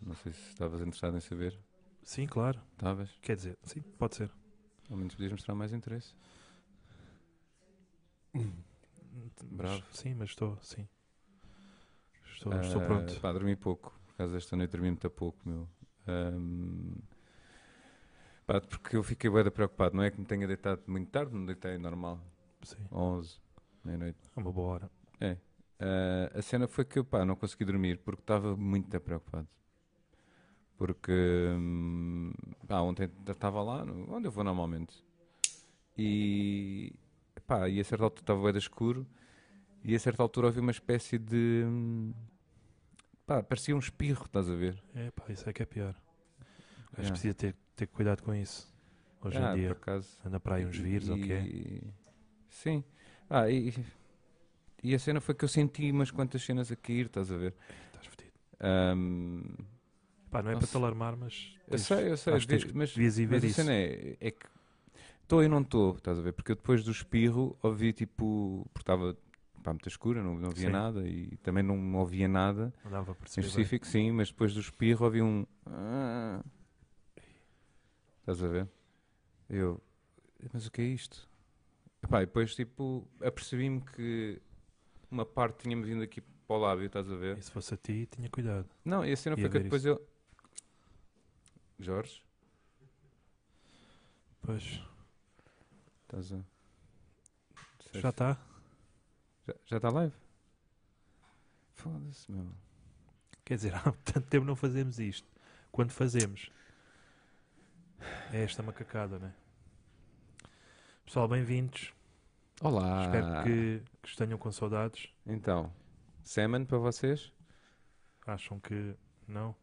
Não sei se estavas interessado em saber. Sim, claro. Estavas? Quer dizer, sim, pode ser. Ao menos podias mostrar mais interesse. Bravo. Mas- Sim, mas estou, sim. Estou, Ah, estou pronto. Pá, dormi pouco. Por causa desta noite dormi muito pouco, meu. Ahm, pá, porque eu fiquei bué da preocupado. Não é que me tenha deitado muito tarde, me deitei normal. Sim, 11 meia-noite. é uma boa hora. Ah, a cena foi que eu pá, não consegui dormir porque estava muito da preocupado. Porque hum, pá, ontem estava lá, no- onde eu vou normalmente, e, pá, e a certa altura estava bem escuro, e a certa altura ouvi uma espécie de. hum, pá, parecia um espirro, estás a ver? É pá, isso é que é pior. Acho Yeah. que precisa ter, ter cuidado com isso. Hoje Ah, em dia, por acaso. anda para aí uns vírus ou o quê? E- Sim. Ah, e, e a cena foi que eu senti umas quantas cenas a cair, estás a ver? Hum, Estás fodido. Ahm, Pá, não é Nossa. para te alarmar, mas. Eu sei, eu sei, acho que de- tens que- mas, devias ir mas ver a isso. cena é, é que estou e não estou, estás a ver? Porque eu depois do espirro ouvi tipo, porque estava pá, muito escura, não, não via Sim. é. nada e também não ouvia nada Não dava para em perceber. bem. é específico, sim, mas depois do espirro ouvi um. "Ah". Estás a ver? Eu, mas o que é isto? Epá, e depois tipo, apercebi-me que uma parte tinha-me vindo aqui para o lábio, estás a ver? E se fosse a ti, tinha cuidado. Não, e a cena Ia foi que eu ver depois eu. Jorge? Pois, Estás a. já está. Já, já está live? Foda-se, meu. Quer dizer, há tanto tempo não fazemos isto. Quando fazemos, é esta macacada, né? Pessoal, bem-vindos. Olá! Espero que, que estejam com saudades. Então, salmon para vocês? Acham que não?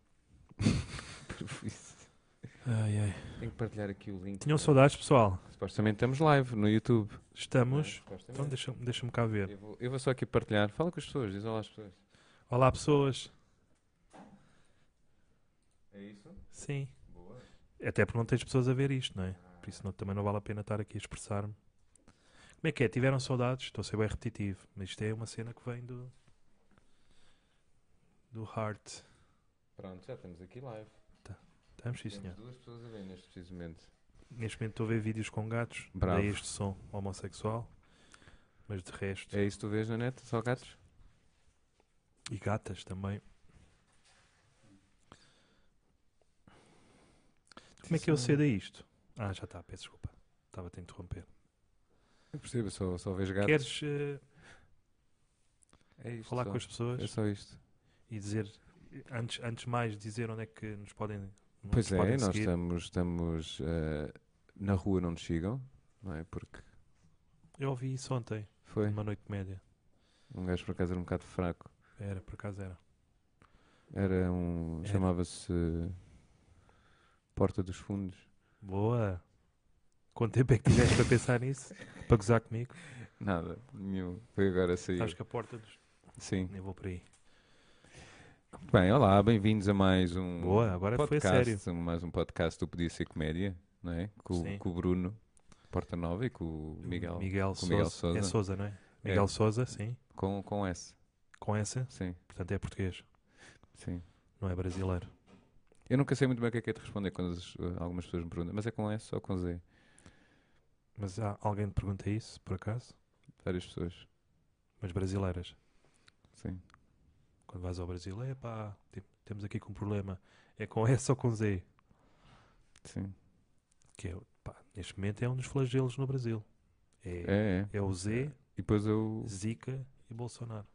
Ai, ai. Tenho que partilhar aqui o link. Tinham saudades, pessoal? Supostamente estamos live no YouTube. Estamos. Não é? Supostamente. Então deixa-me deixa cá ver. eu, vou, eu vou só aqui partilhar. Fala com as pessoas, diz olá às pessoas. Olá, pessoas. É isso? Sim. Boa. Até porque não tens pessoas a ver isto, não é? Por isso não- também não vale a pena estar aqui a expressar-me. Como é que é? Tiveram saudades? Estou a ser bem repetitivo, mas isto é uma cena que vem do. do heart. Pronto, já estamos aqui live. Estamos, sim, Temos senhor. duas pessoas a ver neste precisamente. Neste momento estou a ver vídeos com gatos, Bravo. daí este som homossexual, mas de resto. É isso que tu vês na net? Só gatos? E gatas também. Como é que eu Sim, cedo a isto? Ah, já está, peço desculpa. Estava a te interromper. Eu percebo, só, só vês gatos. Queres eh, É isto falar só. com as pessoas? É só isto. e dizer antes, antes mais dizer onde é que nos podem onde Pois nos é, podem nós seguir. estamos, estamos eh, na rua, não nos sigam, não é? Porque eu ouvi isso ontem foi. numa noite de comédia Um gajo por acaso era um bocado fraco. era por acaso era Era um. Era. chamava-se Porta dos Fundos. boa quanto tempo é que tiveste para pensar nisso para gozar comigo Nada, nenhum. Foi agora a sair. acho que a porta dos Sim. eu vou por aí Bem, olá, bem-vindos a mais um boa agora podcast. foi a sério Mais um podcast do Podia Ser Comédia, não é? Com, Sim. com o Bruno Porta Nova e com o Miguel. Miguel com o Miguel Sousa Sousa. é Sousa não é Miguel Sousa sim Com, com S. com essa Sim, portanto é português sim. não é brasileiro Eu nunca sei muito bem o que é que é de responder quando as- algumas pessoas me perguntam, mas é com S ou com Z? mas há alguém te pergunta isso por acaso Várias pessoas. mas brasileiras Sim. Quando vais ao Brasil, é pá, temos aqui com um problema. É com S ou com Z? Sim. Que é, pá, neste momento é um dos flagelos no Brasil. É, É, é. é o Z, E depois eu. Zika e Bolsonaro.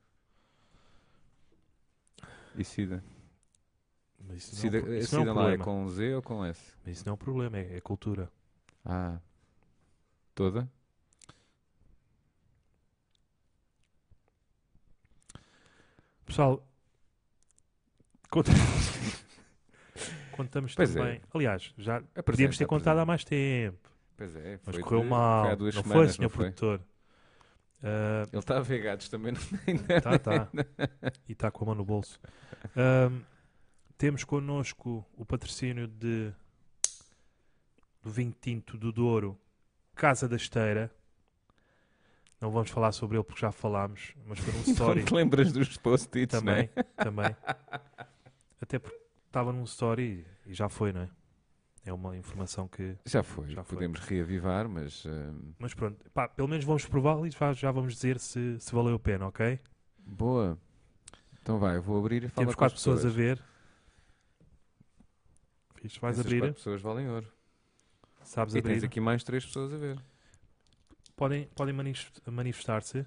E Sida. Mas isso, Sida, não, é um pro- eh, isso não é Sida um lá é problema. com Z ou com S? Mas isso não é um problema, é, é cultura. Ah. Toda? Pessoal, conta- contamos Pois é. também. Aliás, já Apresenta, podíamos ter contado há apresenta. mais tempo, Pois é, mas foi correu de- mal. Foi há duas não foi, semanas, senhor não foi? produtor? Ah, Ele está a ver gatos também. não- Tá, tá. E está com a mão no bolso. Ahm, temos connosco o patrocínio de do vinho tinto do Douro, Casa da Esteira. Não vamos falar sobre ele porque já falámos, mas foi um Não né? story te lembras dos post-its, não é? também, também. Até porque estava num story e já foi, não é? É uma informação que. Já foi, Já foi. podemos reavivar, mas hum, Mas pronto, pá, pelo menos vamos prová-lo e já, já vamos dizer se, se valeu a pena, ok? boa. Então vai, eu vou abrir e falar Temos com as quatro pessoas a ver. Fixe, vais Essas abrir, quatro pessoas valem ouro. sabes E tens abrir. aqui mais três pessoas a ver. Podem, podem manif- manifestar-se.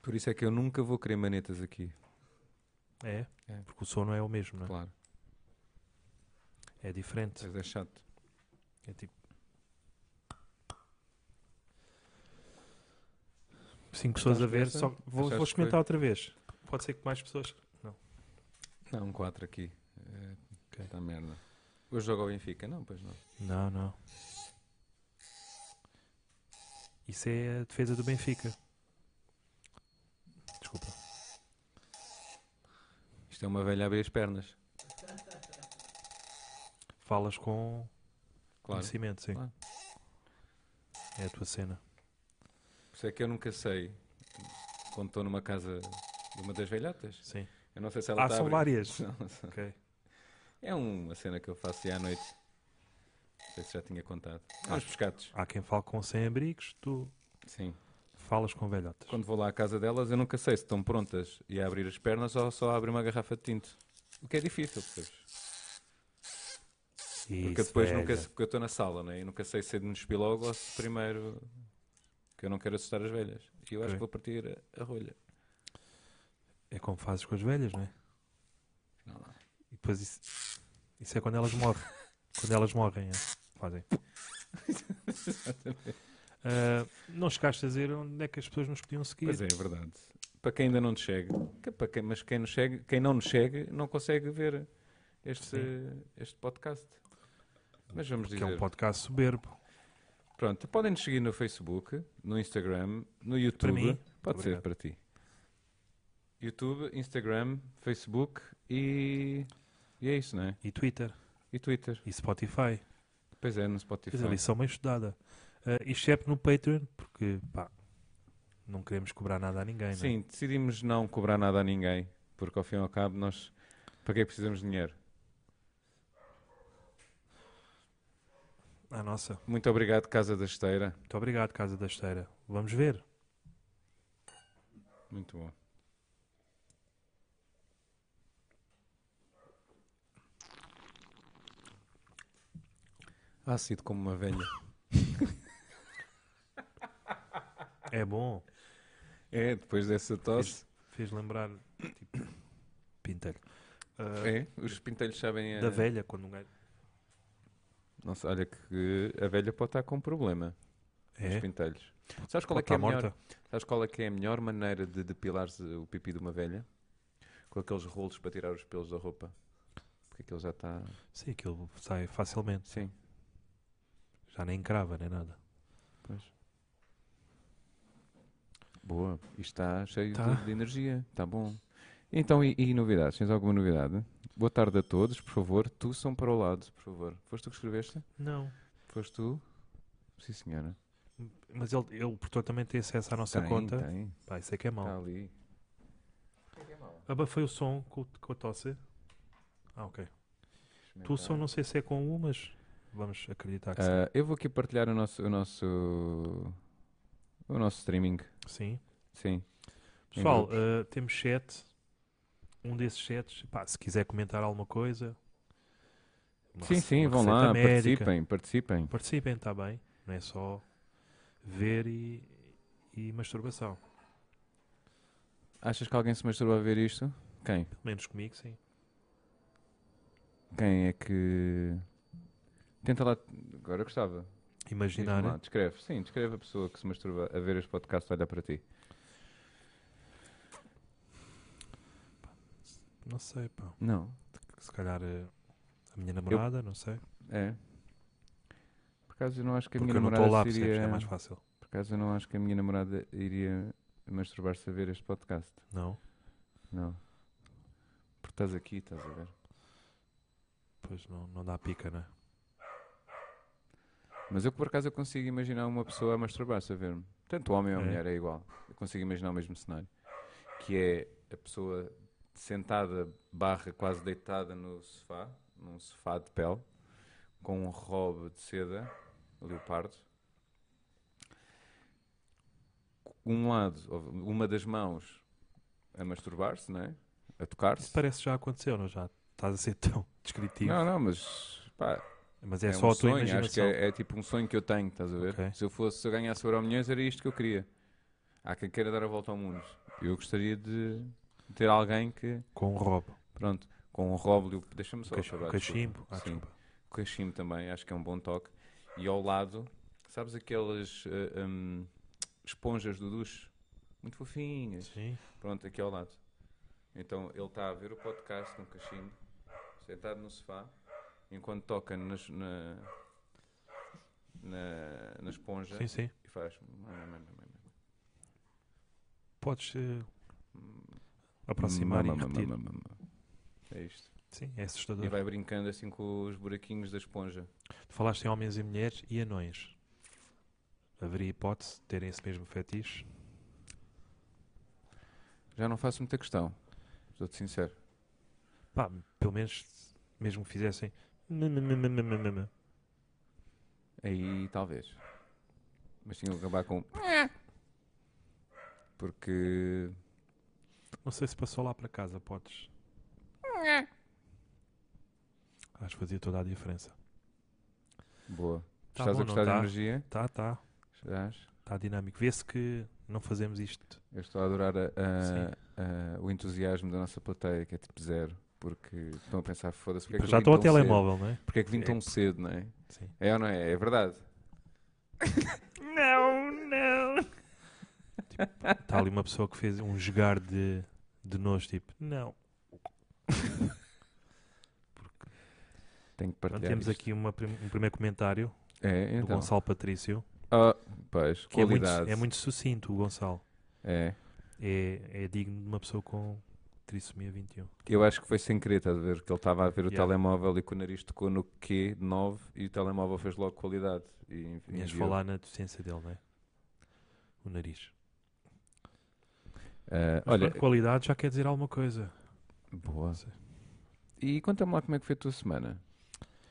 Por isso é que eu nunca vou querer manetas aqui, É, É. porque o som não é o mesmo, não claro. é? É diferente. Mas é chato. É tipo. 5 pessoas a Estás ver, nessa? só Achaste vou, vou que é experimentar outra vez. Pode ser que mais pessoas. Não, um quatro aqui. É, Ok. Tá merda. Hoje jogo ao Benfica? Não, pois não. Não, não. Isso é a defesa do Benfica. Desculpa. Isto é uma velha a abrir as pernas. Falas com Claro. conhecimento, sim. Claro. É a tua cena. Por isso é que eu nunca sei quando estou numa casa de uma das velhotas. Sim. Eu não sei se ela tá Ah, está a são abrir. várias. Não, são- Ok. É uma cena que eu faço já à noite. Não sei se já tinha contado. Ah. É uns pescados. Há quem fale com sem-abrigos, tu Sim. falas com velhotas. Quando vou lá à casa delas, eu nunca sei se estão prontas e a abrir as pernas ou só abre uma garrafa de tinto. O que é difícil, percebes? Porque Isso, é depois velha. nunca se- porque eu estou na sala, né? E nunca sei se é de nos logo ou se primeiro. Que eu não quero assustar as velhas. E eu acho Ok. que vou partir a, a rolha. É como fazes com as velhas, não é? Não, não. E depois isso, isso é quando elas morrem. quando elas morrem, é. Fazem. Ah, não chegaste a dizer onde é que as pessoas nos podiam seguir. Pois é, é verdade. Para quem ainda não nos segue, que- para quem- mas quem, nos segue, quem não nos segue não consegue ver este, este podcast. Mas vamos que é dizer. um podcast soberbo. Pronto, podem nos seguir no Facebook, no Instagram, no YouTube. mim? é Pode ser Obrigado. para ti. YouTube, Instagram, Facebook e. E é isso, não é? E Twitter. E Twitter. E Spotify. Pois é, no Fiz Spotify. a lição bem estudada. Ah, excepto no Patreon, porque pá, não queremos cobrar nada a ninguém. não é? Sim, decidimos não cobrar nada a ninguém, porque ao fim e ao cabo nós. Para que é que precisamos de dinheiro? Ah, nossa. Muito obrigado, Casa da Esteira. Muito obrigado, Casa da Esteira. Vamos ver. Muito bom. Ácido como uma velha. É bom. É, depois dessa tosse. Fez lembrar tipo, pintelho. Ah, É, os pintelhos sabem ah, a... Da velha, quando um gajo. Nossa, olha que a velha pode estar com um problema. Os É, pintelhos. Sabes qual, pode é que é estar a melhor, morta. sabes qual é que é a melhor maneira de depilares o pipi de uma velha? Com aqueles rolos para tirar os pelos da roupa. Porque aquilo já está... Sim, aquilo sai facilmente. Sim. Já nem crava, nem nada. Boa, isto está cheio Tá. de, de energia, está bom. Então, e, e novidades? Tens alguma novidade? Boa tarde a todos, por favor. Tu são para o lado, por favor. Foste tu que escreveste? Não. Foste tu? Sim, senhora. Mas ele, ele portanto, também tem acesso à nossa Tem, conta. tem. Pá, isso é que é mau. Está ali. Tá. Abafei o som com, com a tosse. Ah, ok. Tu o som não sei se é com U, mas vamos acreditar que Então. Ah, eu vou aqui partilhar o nosso, o nosso, o nosso streaming. sim. Sim. Sim. Pessoal, grupos. ah, temos chat. Um desses chats, pá, se quiser comentar alguma coisa. uma sim, rece- sim, uma vão receita lá, médica. participem, participem. Participem, está bem. Não é só ver e, e masturbação. Achas que alguém se masturba a ver isto? Quem? Pelo menos comigo, sim. Quem é que. Tenta lá. Agora eu gostava. Diz-me Imaginar. lá, descreve, sim, descreve a pessoa que se masturba a ver este podcast a olhar para ti. Não sei, pá. Não. Se calhar eh, a minha namorada, não sei. É. Por acaso eu não acho que a Porque eu minha não estou lá, namorada percebes? seria. É mais fácil. Por acaso eu não acho que a minha namorada iria masturbar-se a ver este podcast. Não? Não. Porque estás aqui, estás a ver? Pois não, não dá pica, né? Mas eu por acaso eu consigo imaginar uma pessoa a masturbar-se a ver-me. Tanto homem ou É. mulher é igual. Eu consigo imaginar o mesmo cenário. que é a pessoa sentada, barra quase deitada no sofá, num sofá de pele, com um robe de seda, leopardo. Um lado, uma das mãos a masturbar-se, não é? A Isso tocar-se. parece que já aconteceu, não já estás a ser tão descritivo. Não, não, mas pá, Mas é, só um a tua sonho, Acho que imaginação. é, é tipo um sonho que eu tenho, estás a ver? Ok. Se eu fosse, se eu ganhasse o Euromilhões, era isto que eu queria. Há quem queira dar a volta ao mundo. Eu gostaria de ter alguém que, Com um rob, pronto, com um roble, deixa-me só Um Cach- acabar, cachimbo. desculpa. Ah, Sim, desculpa. o cachimbo também, acho que é um bom toque. E ao lado, sabes aquelas ah, hum, esponjas do duche? Muito fofinhas. Sim. Pronto, aqui ao lado. Então ele está a ver o podcast com cachimbo, sentado no sofá, enquanto toca nas- na, na, na esponja sim, sim. e faz. Podes eh, aproximar e repetir. É isto. Sim, é assustador. E vai brincando assim com os buraquinhos da esponja. Tu falaste em homens e mulheres e anões. Haveria hipótese de terem esse mesmo fetiche? Já não faço muita questão, sou-te sincero. Pá, pelo menos, mesmo que fizessem. "Me, me, me, me, me, me, me", Aí talvez. Mas tinha que acabar com. um É. Porque Não sei se passou lá para casa, podes. Acho que fazia toda a diferença. Boa. Tá Estás bom, a não gostar da tá? energia? Tá, tá. Estás? Tá dinâmico. Vê-se que não fazemos isto. Eu estou a adorar a- a- Sim. a- o entusiasmo da nossa plateia, que é tipo zero, porque estão a pensar, foda-se, porque é que eu já vim estou ao tão cedo? telemóvel, não é? Porque é que vim É. tão cedo, não é? Sim. É ou não é? É verdade. Não, não. Está ali uma pessoa que fez um jogar de, de nós, tipo, não. Tenho que Pronto, partilhar temos isto. aqui uma prim- um primeiro comentário É, do então. Gonçalo Patrício, Ah, pois, que é muito, qualidade. é muito sucinto, o Gonçalo. É. É, é digno de uma pessoa com trissomia 21. Eu acho que foi sem querer, estás a ver? Que ele estava a ver o Yeah. telemóvel e que o nariz tocou no Q9 e o telemóvel fez logo qualidade. E, envi- Tinhas de enviou. falar na deficiência dele, não é? O nariz. Ah, Mas olha, pronto, qualidade já quer dizer alguma coisa. boa. Sim. E conta-me lá como é que foi a tua semana.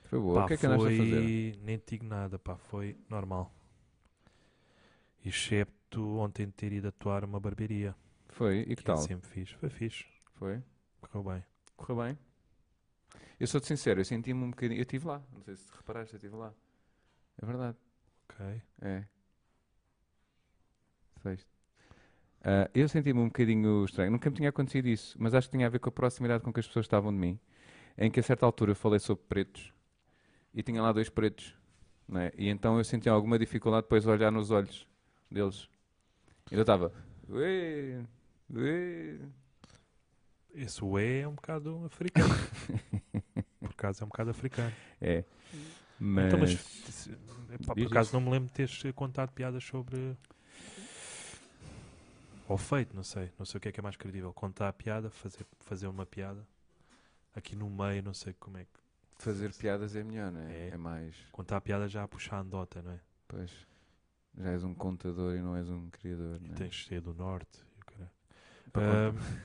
Foi boa. Pá, o que é que foi... andaste a fazer? Nem te digo nada, pá, foi normal. Excepto ontem ter ido atuar uma barbearia. Foi, e que é tal? sempre fixe. Foi fixe, Foi? correu bem. Correu bem? Eu sou-te sincero, eu senti-me um bocadinho. Eu estive lá, não sei se reparaste, eu estive lá. É verdade, Ok. é. Sexto. Ah, eu senti-me um bocadinho estranho, nunca me tinha acontecido isso, mas acho que tinha a ver com a proximidade com que as pessoas estavam de mim. Em que a certa altura eu falei sobre pretos e tinha lá dois pretos, não é? e então eu sentia alguma dificuldade depois de olhar nos olhos deles. E eu estava. "Ué, ué", Esse ué é um bocado africano. por acaso é um bocado africano. É. Então, mas, Mas. se- epá, Diz por acaso não me lembro de teres contado piadas sobre. Ou feito, não sei. Não sei o que é que é mais credível. Contar a piada, fazer, fazer uma piada. Aqui no meio, não sei como é que. Fazer piadas é melhor, não é? É. É, mais. Contar a piada já a puxar a andota, não é? Pois. Já és um contador e não és um criador, não E é? tens de ser do norte. e o caralho. Pá, Ah, conta.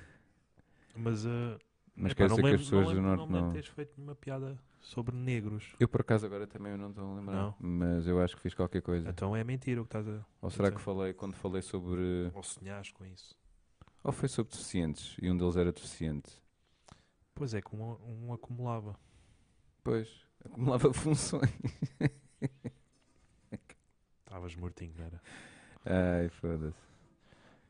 mas ah, Mas epá, quer dizer não que me as lembro- pessoas não do lembro- Norte Não me não. lembro de teres feito uma piada sobre negros. Eu por acaso agora também não estou a lembrar. Não. Mas eu acho que fiz qualquer coisa. Então é mentira o que estás a. Ou será então. que falei quando falei sobre. Ou sonhares com isso. Ou foi sobre deficientes e um deles era deficiente? Pois é, que um, um acumulava. Pois. Acumulava funções. Estavas mortinho, não era? Ai, foda-se.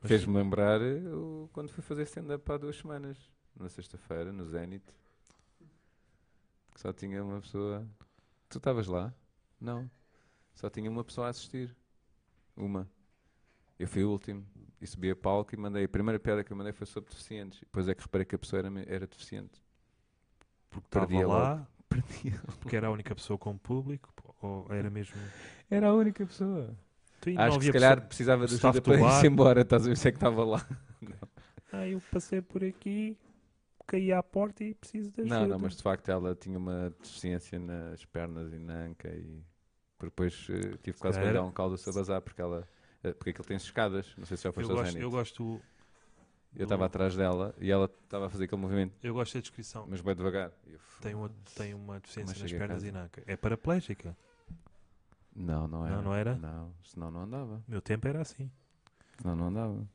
Mas Fez-me lembrar eh, o- quando fui fazer stand-up há duas semanas, na sexta-feira, no Zenit. Que só tinha uma pessoa. Tu estavas lá? Não. Só tinha uma pessoa a assistir. Uma. Eu fui o último. E subi a palco e mandei. A primeira piada que eu mandei foi sobre deficientes. Depois é que reparei que a pessoa era, me- era deficiente. Porque perdia estava lá, Perdi. porque era a única pessoa com público, ou era mesmo. Era a única pessoa. Tu ainda Acho não que se havia calhar pessoa- precisava de staff ajuda do para bar. ir embora. Estás a ver se é que estava lá. Ah, eu passei por aqui, caí à porta e preciso de ajuda. Não, não, mas de facto ela tinha uma deficiência nas pernas e na anca e porque depois eh, tive quase que lhe calhar- dar um caldo a seu bazar porque ela eh, porque aquilo tem escadas, não sei se já foste eu ao gosto, Zenit. eu gosto. Eu estava atrás dela e ela estava a fazer aquele movimento, Eu gosto da descrição. mas bem devagar. E eu, Tem uma, tem uma deficiência nas cheguei a pernas casa? e na anca. É paraplégica. Não, não era. não era? Não, senão não andava. Meu tempo era assim. Senão não andava.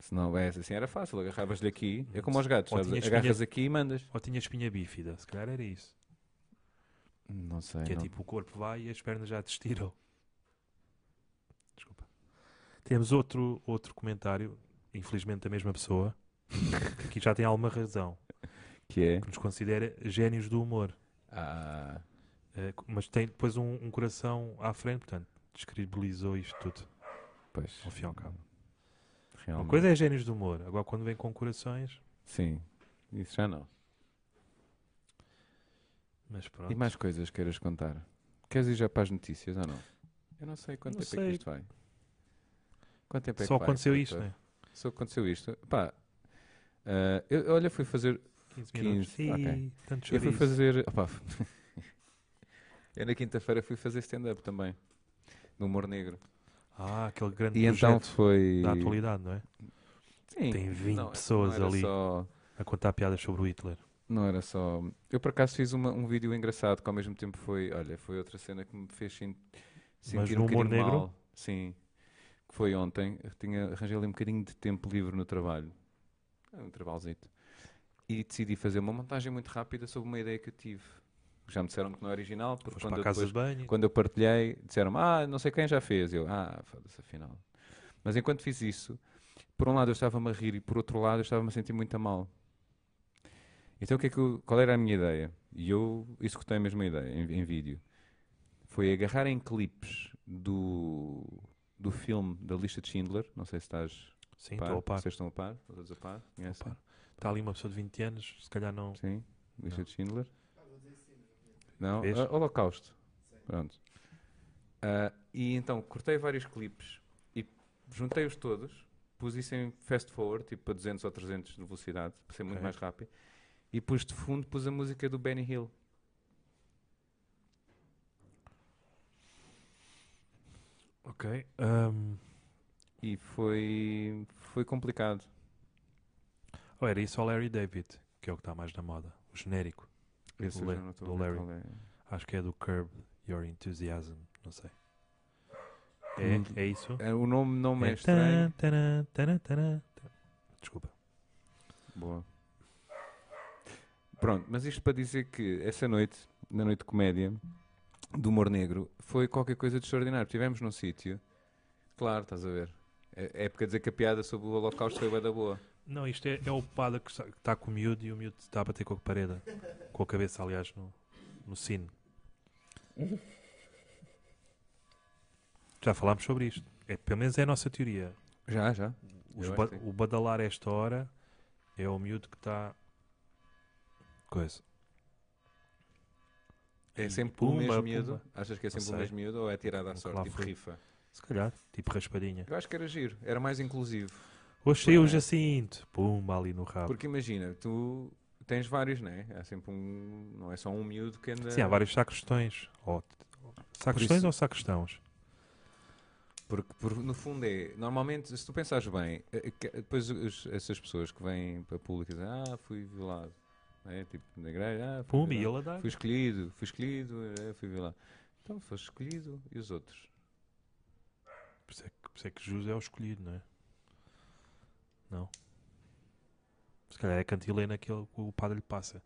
Senão, é, assim era fácil, agarravas-lhe aqui. É como aos gatos, Ou sabes? tinhas agarras aqui e mandas. Ou tinha espinha bífida, se calhar era isso. Não sei. que é não. tipo, o corpo vai e as pernas já desistiram. Desculpa. Temos outro, outro comentário, infelizmente da mesma pessoa, que aqui já tem alguma razão, Que é? que nos considera gênios do humor. Ah, Eh, co- mas tem depois um, um coração à frente, portanto, descredibilizou isto tudo, pois. ao fim e ao cabo. Uma Realmente. coisa é gênios do humor, agora quando vem com corações, Sim, isso já não. mas pronto. E mais coisas queiras contar? Queres ir já para as notícias ou não? Eu não sei quanto Não tempo é que sei. isto vai. Quanto tempo é Só que vai, aconteceu isto, doutor? né? Só aconteceu isto. Pá, ah, eu, olha, fui fazer. 15 minutos. 15, ok. Ih, tanto Eu fui chouriço. fazer. opá, eu na quinta-feira fui fazer stand-up também. No humor negro. Ah, aquele grande E então projeto foi. da atualidade, não é? Sim, Tem 20 não- não pessoas era ali. só- A contar piadas sobre o Hitler. Não era só. Eu por acaso fiz uma- um vídeo engraçado que ao mesmo tempo foi. Olha, foi outra cena que me fez sen- sentir no um humor bocadinho negro? mal. Sim. Que foi ontem. Eu tinha, arranjei ali um bocadinho de tempo livre no trabalho. É Um trabalhozito. E decidi fazer uma montagem muito rápida sobre uma ideia que eu tive. Já me disseram que não é original, porque Foste quando para a eu casa depois de banho. quando eu partilhei, disseram ah, não sei quem já fez. Eu, ah, foda-se, afinal. Mas enquanto fiz isso, por um lado eu estava-me a rir e por outro lado eu estava-me a sentir muito a mal. Então o que é que eu- qual era a minha ideia? E eu executei a mesma ideia em, em vídeo. Foi agarrar em clipes do, do filme da lista de Schindler, não sei se estás a Sim, estou par, ao par. vocês estão a par, todos a par, conhecem? par. Está ali uma pessoa de 20 anos, se calhar não. Sim, lista Não. de Schindler. Não, Vês? ah, Holocausto. Pronto. Ah, e então cortei vários clipes e juntei-os todos, pus isso em fast forward, tipo a 200 ou 300 de velocidade, para ser muito Ok. mais rápido, e pus de fundo, pus a música do Benny Hill. Ok. hum, ahm, E foi, foi complicado. ou Oh, era isso ao Larry David, que é o que está mais na moda. O genérico. Esse eu Le- já não estou a do ver Larry. qual é. Acho que é do Curb Your Enthusiasm. Não sei. É, é isso? É, O nome não me é É estranho. tan, taran, taran, taran, taran. Desculpa. Boa. Pronto, mas isto para dizer que essa noite, na noite de comédia, do humor negro, foi qualquer coisa de extraordinário. Estivemos num sítio, claro, estás a ver. É, é porque dizer que a piada sobre o Holocausto foi bué da boa. Não, isto é, é o pada que está com o miúdo e o miúdo está a bater com a parede. Com a cabeça, aliás, no, no sino. Já falámos sobre isto. É, pelo menos é a nossa teoria. Já, já. Os Eu acho ba- que sim. o badalar a esta hora é o miúdo que está. Coisa. É E sempre o pumba, mesmo pumba. miúdo? Achas que é Não sempre o sei. mesmo miúdo ou é tirado à Nunca sorte, lá tipo fui. rifa? Se calhar, tipo raspadinha. Eu acho que era giro, era mais inclusivo. Hoje saiu o é. Jacinto. Pumba ali no rabo. Porque imagina, tu tens vários, não é? Há sempre um. Não é só um miúdo que anda. Sim, há vários sacristões. Ou- Sacristões isso- ou sacristãos? Porque, por- no fundo é, normalmente, se tu pensares bem, eh, que- depois os- essas pessoas que vêm para público e dizem, ah, fui violado, é? Tipo, na igreja, ah, fui, Pumba, e violado. ele a dar. fui escolhido, fui escolhido, eh, fui violado. Então, foste escolhido, e os outros? Por isso, é que, por isso é que Jus é o escolhido, não é? Não. Se calhar é a cantilena que ele- que o padre lhe passa.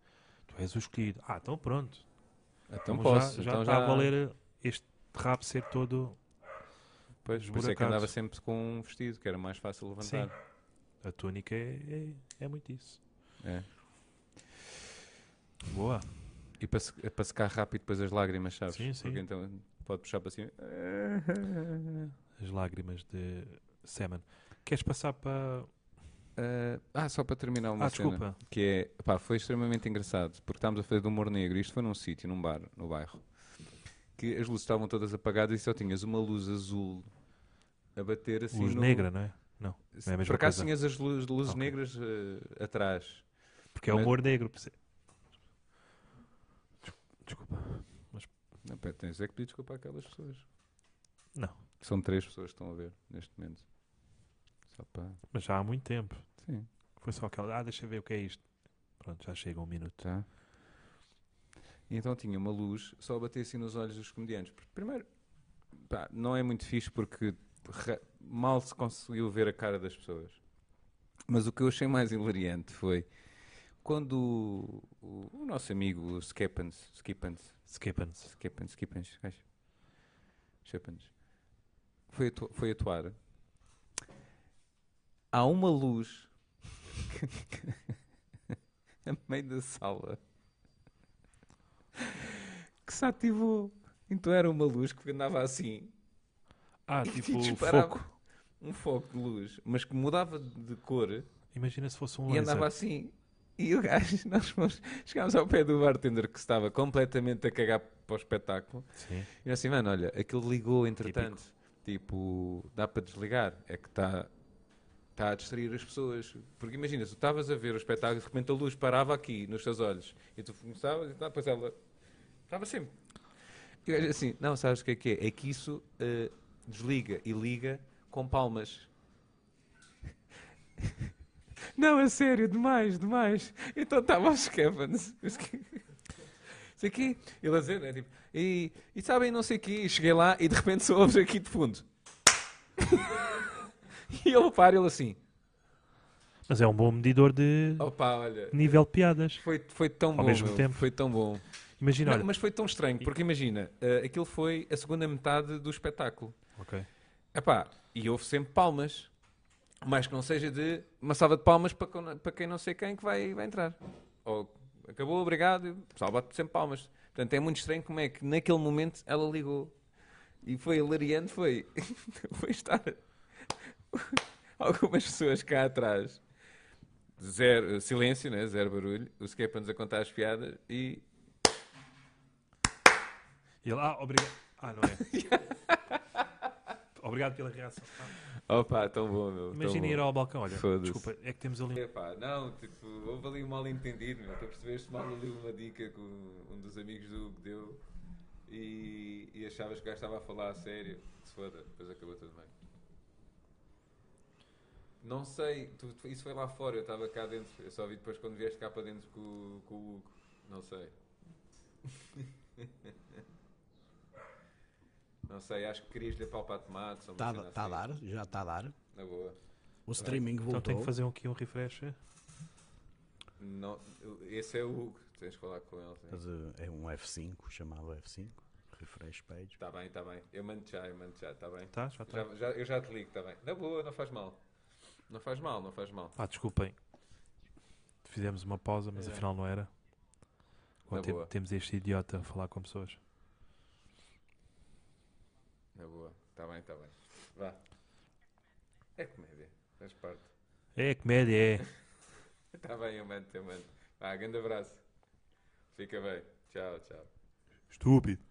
Tu és o escolhido. Ah, então pronto. Então posso, já, já então está a valer este rap ser todo Pois, por isso é que esburacado. andava sempre com um vestido, que era mais fácil levantar. A túnica é, é, é muito isso. É. Boa. E para, se- para secar rápido depois as lágrimas, sabes? Sim, sim. Porque então pode puxar para cima. As lágrimas de Semen. Queres passar para. Eh, ah, só para terminar uma ah, cena. desculpa. que é, pá, foi extremamente engraçado, porque estávamos a fazer do humor negro, e isto foi num sítio, num bar, no bairro, que as luzes estavam todas apagadas e só tinhas uma luz azul a bater assim Luz no... negra, não é? Sim, é a mesma Por acaso coisa? tinhas as luz- luzes Ok. negras eh, atrás. Porque é Mas- humor negro. por isso- Desculpa. Não, pera, tens é que pedir desculpa àquelas pessoas. Não. São três pessoas que estão a ver neste momento. Só para... Mas já há muito tempo. Sim. Foi só aquela. Ah, deixa eu ver o que é isto. Pronto, já chega um minuto. Tá. E então tinha uma luz só a bater assim nos olhos dos comediantes. Porque Primeiro, pá, não é muito fixe porque ra- mal se conseguiu ver a cara das pessoas. Mas o que eu achei mais hilariante foi quando o, o- o nosso amigo o Skippens, Skippens, Skippens. Skippens, Skippens, gajo. Skippens. Foi, atu- foi atuar. Há uma luz a meio da sala que se ativou. Então era uma luz que andava assim Ah, e tipo disparava foco. um foco de luz, mas que mudava de cor Imagina se fosse um e laser. andava assim. E o gajo, nós fomos- chegámos ao pé do bartender que estava completamente a cagar para o espetáculo. Sim. E eu assim, mano, olha, aquilo ligou entretanto. Tipo, dá para desligar. É que está tá a distrair as pessoas. Porque imagina, se tu estavas a ver o espetáculo e de repente a luz parava aqui nos teus olhos. E tu começavas e tá, depois ela. Estava sempre. E o gajo assim, não, sabes o que é que é? É que isso eh, desliga e liga com palmas. Não, é sério, demais, demais. Então estava aos Kevins. Sei quê? Ele a dizer, né? Tipo, e, e sabem, não sei o quê. E cheguei lá e de repente só ouves aqui de fundo. e ele para, ele assim, Mas é um bom medidor de opa, olha, nível de piadas. foi, foi tão Ao bom. mesmo meu, tempo. Foi tão bom. Imagina, Não, olha. mas foi tão estranho, porque imagina, eh, aquilo foi a segunda metade do espetáculo. Ok. Epá, e houve sempre palmas. Mas que não seja de uma salva de palmas para, con- para quem não sei quem que vai, vai entrar. Ou acabou, obrigado, o pessoal bate sempre palmas. Portanto, é muito estranho como é que naquele momento ela ligou. E foi hilariante, foi, foi estar algumas pessoas cá atrás. Zero silêncio, né? zero barulho. O Skepans a contar as piadas e E ele, ah, obrigado. Ah, não é? obrigado pela reação. Ah, opa, tão bom, meu. tão Imagina bom. ir ao balcão. Olha, Então Foda-se. desculpa, é que temos ali. um- Epá, não, tipo, houve ali um mal entendido, meu. Tu percebeste mal ali uma dica que um, um dos amigos do Hugo deu e, e achavas que o gajo estava a falar a sério. Se foda, depois acabou tudo bem. Não sei, tu- tu- isso foi lá fora, eu estava cá dentro. Eu só vi depois quando vieste cá para dentro com, o- com o Hugo. Não sei. Não sei, acho que querias-lhe apalpar tomates ou uma Está cena tá a assim. dar, já está a dar. Na boa. O streaming Então tenho voltou. que fazer aqui um refresh. Não, esse é o Hugo, tens que falar com ele. sim. Mas, eh, é um F5, chamado F5. Refresh page. Tá bem, tá bem. Eu mando já, eu mando já, tá bem. Tá? Já Já, está. já- eu já te ligo, tá bem. Na boa, não faz mal. Não faz mal, não faz mal. Ah, desculpem. Fizemos uma pausa, mas É. afinal não era. Na Agora tem- boa. temos este idiota a falar com pessoas. Na boa, tá bem, tá bem. Vá. É comédia, faz parte. É comédia, é. Tá bem, eu mando, eu mando. Vá, grande abraço. Fica bem. Tchau, tchau. Estúpido.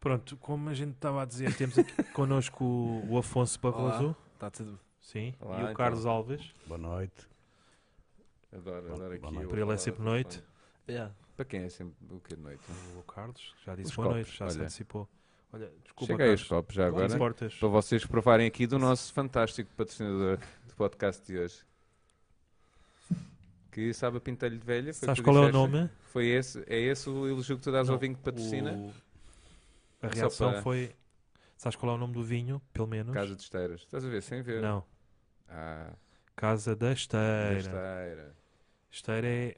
Pronto, como a gente estava a dizer, temos aqui connosco o o Afonso Barroso. Tá Está tudo. Sim. Olá, e o então. Carlos Alves. Boa noite. Adoro, Bom- adoro bom aqui. noite. eu Para ele é falar sempre ao noite. telefone. Para quem é sempre o que de noite? O Carlos já disse Os boa copos, noite, já se olha. antecipou. Olha, desculpa, Chega aí Carlos. os copos já não te agora. importas? Para vocês provarem aqui do nosso fantástico patrocinador do podcast de hoje. Que sabe a pintelho de velha. foi o que Sabes tu qual é o disseste? nome? Foi esse, é esse o elogio que tu dás ao Não, vinho que patrocina? o- A Só reação para- foi. Sabes qual é o nome do vinho, pelo menos? Casa de Esteiras. Estás a ver? Sem ver. Não. Ah, Casa da da Esteira. Esteira. Esteira é,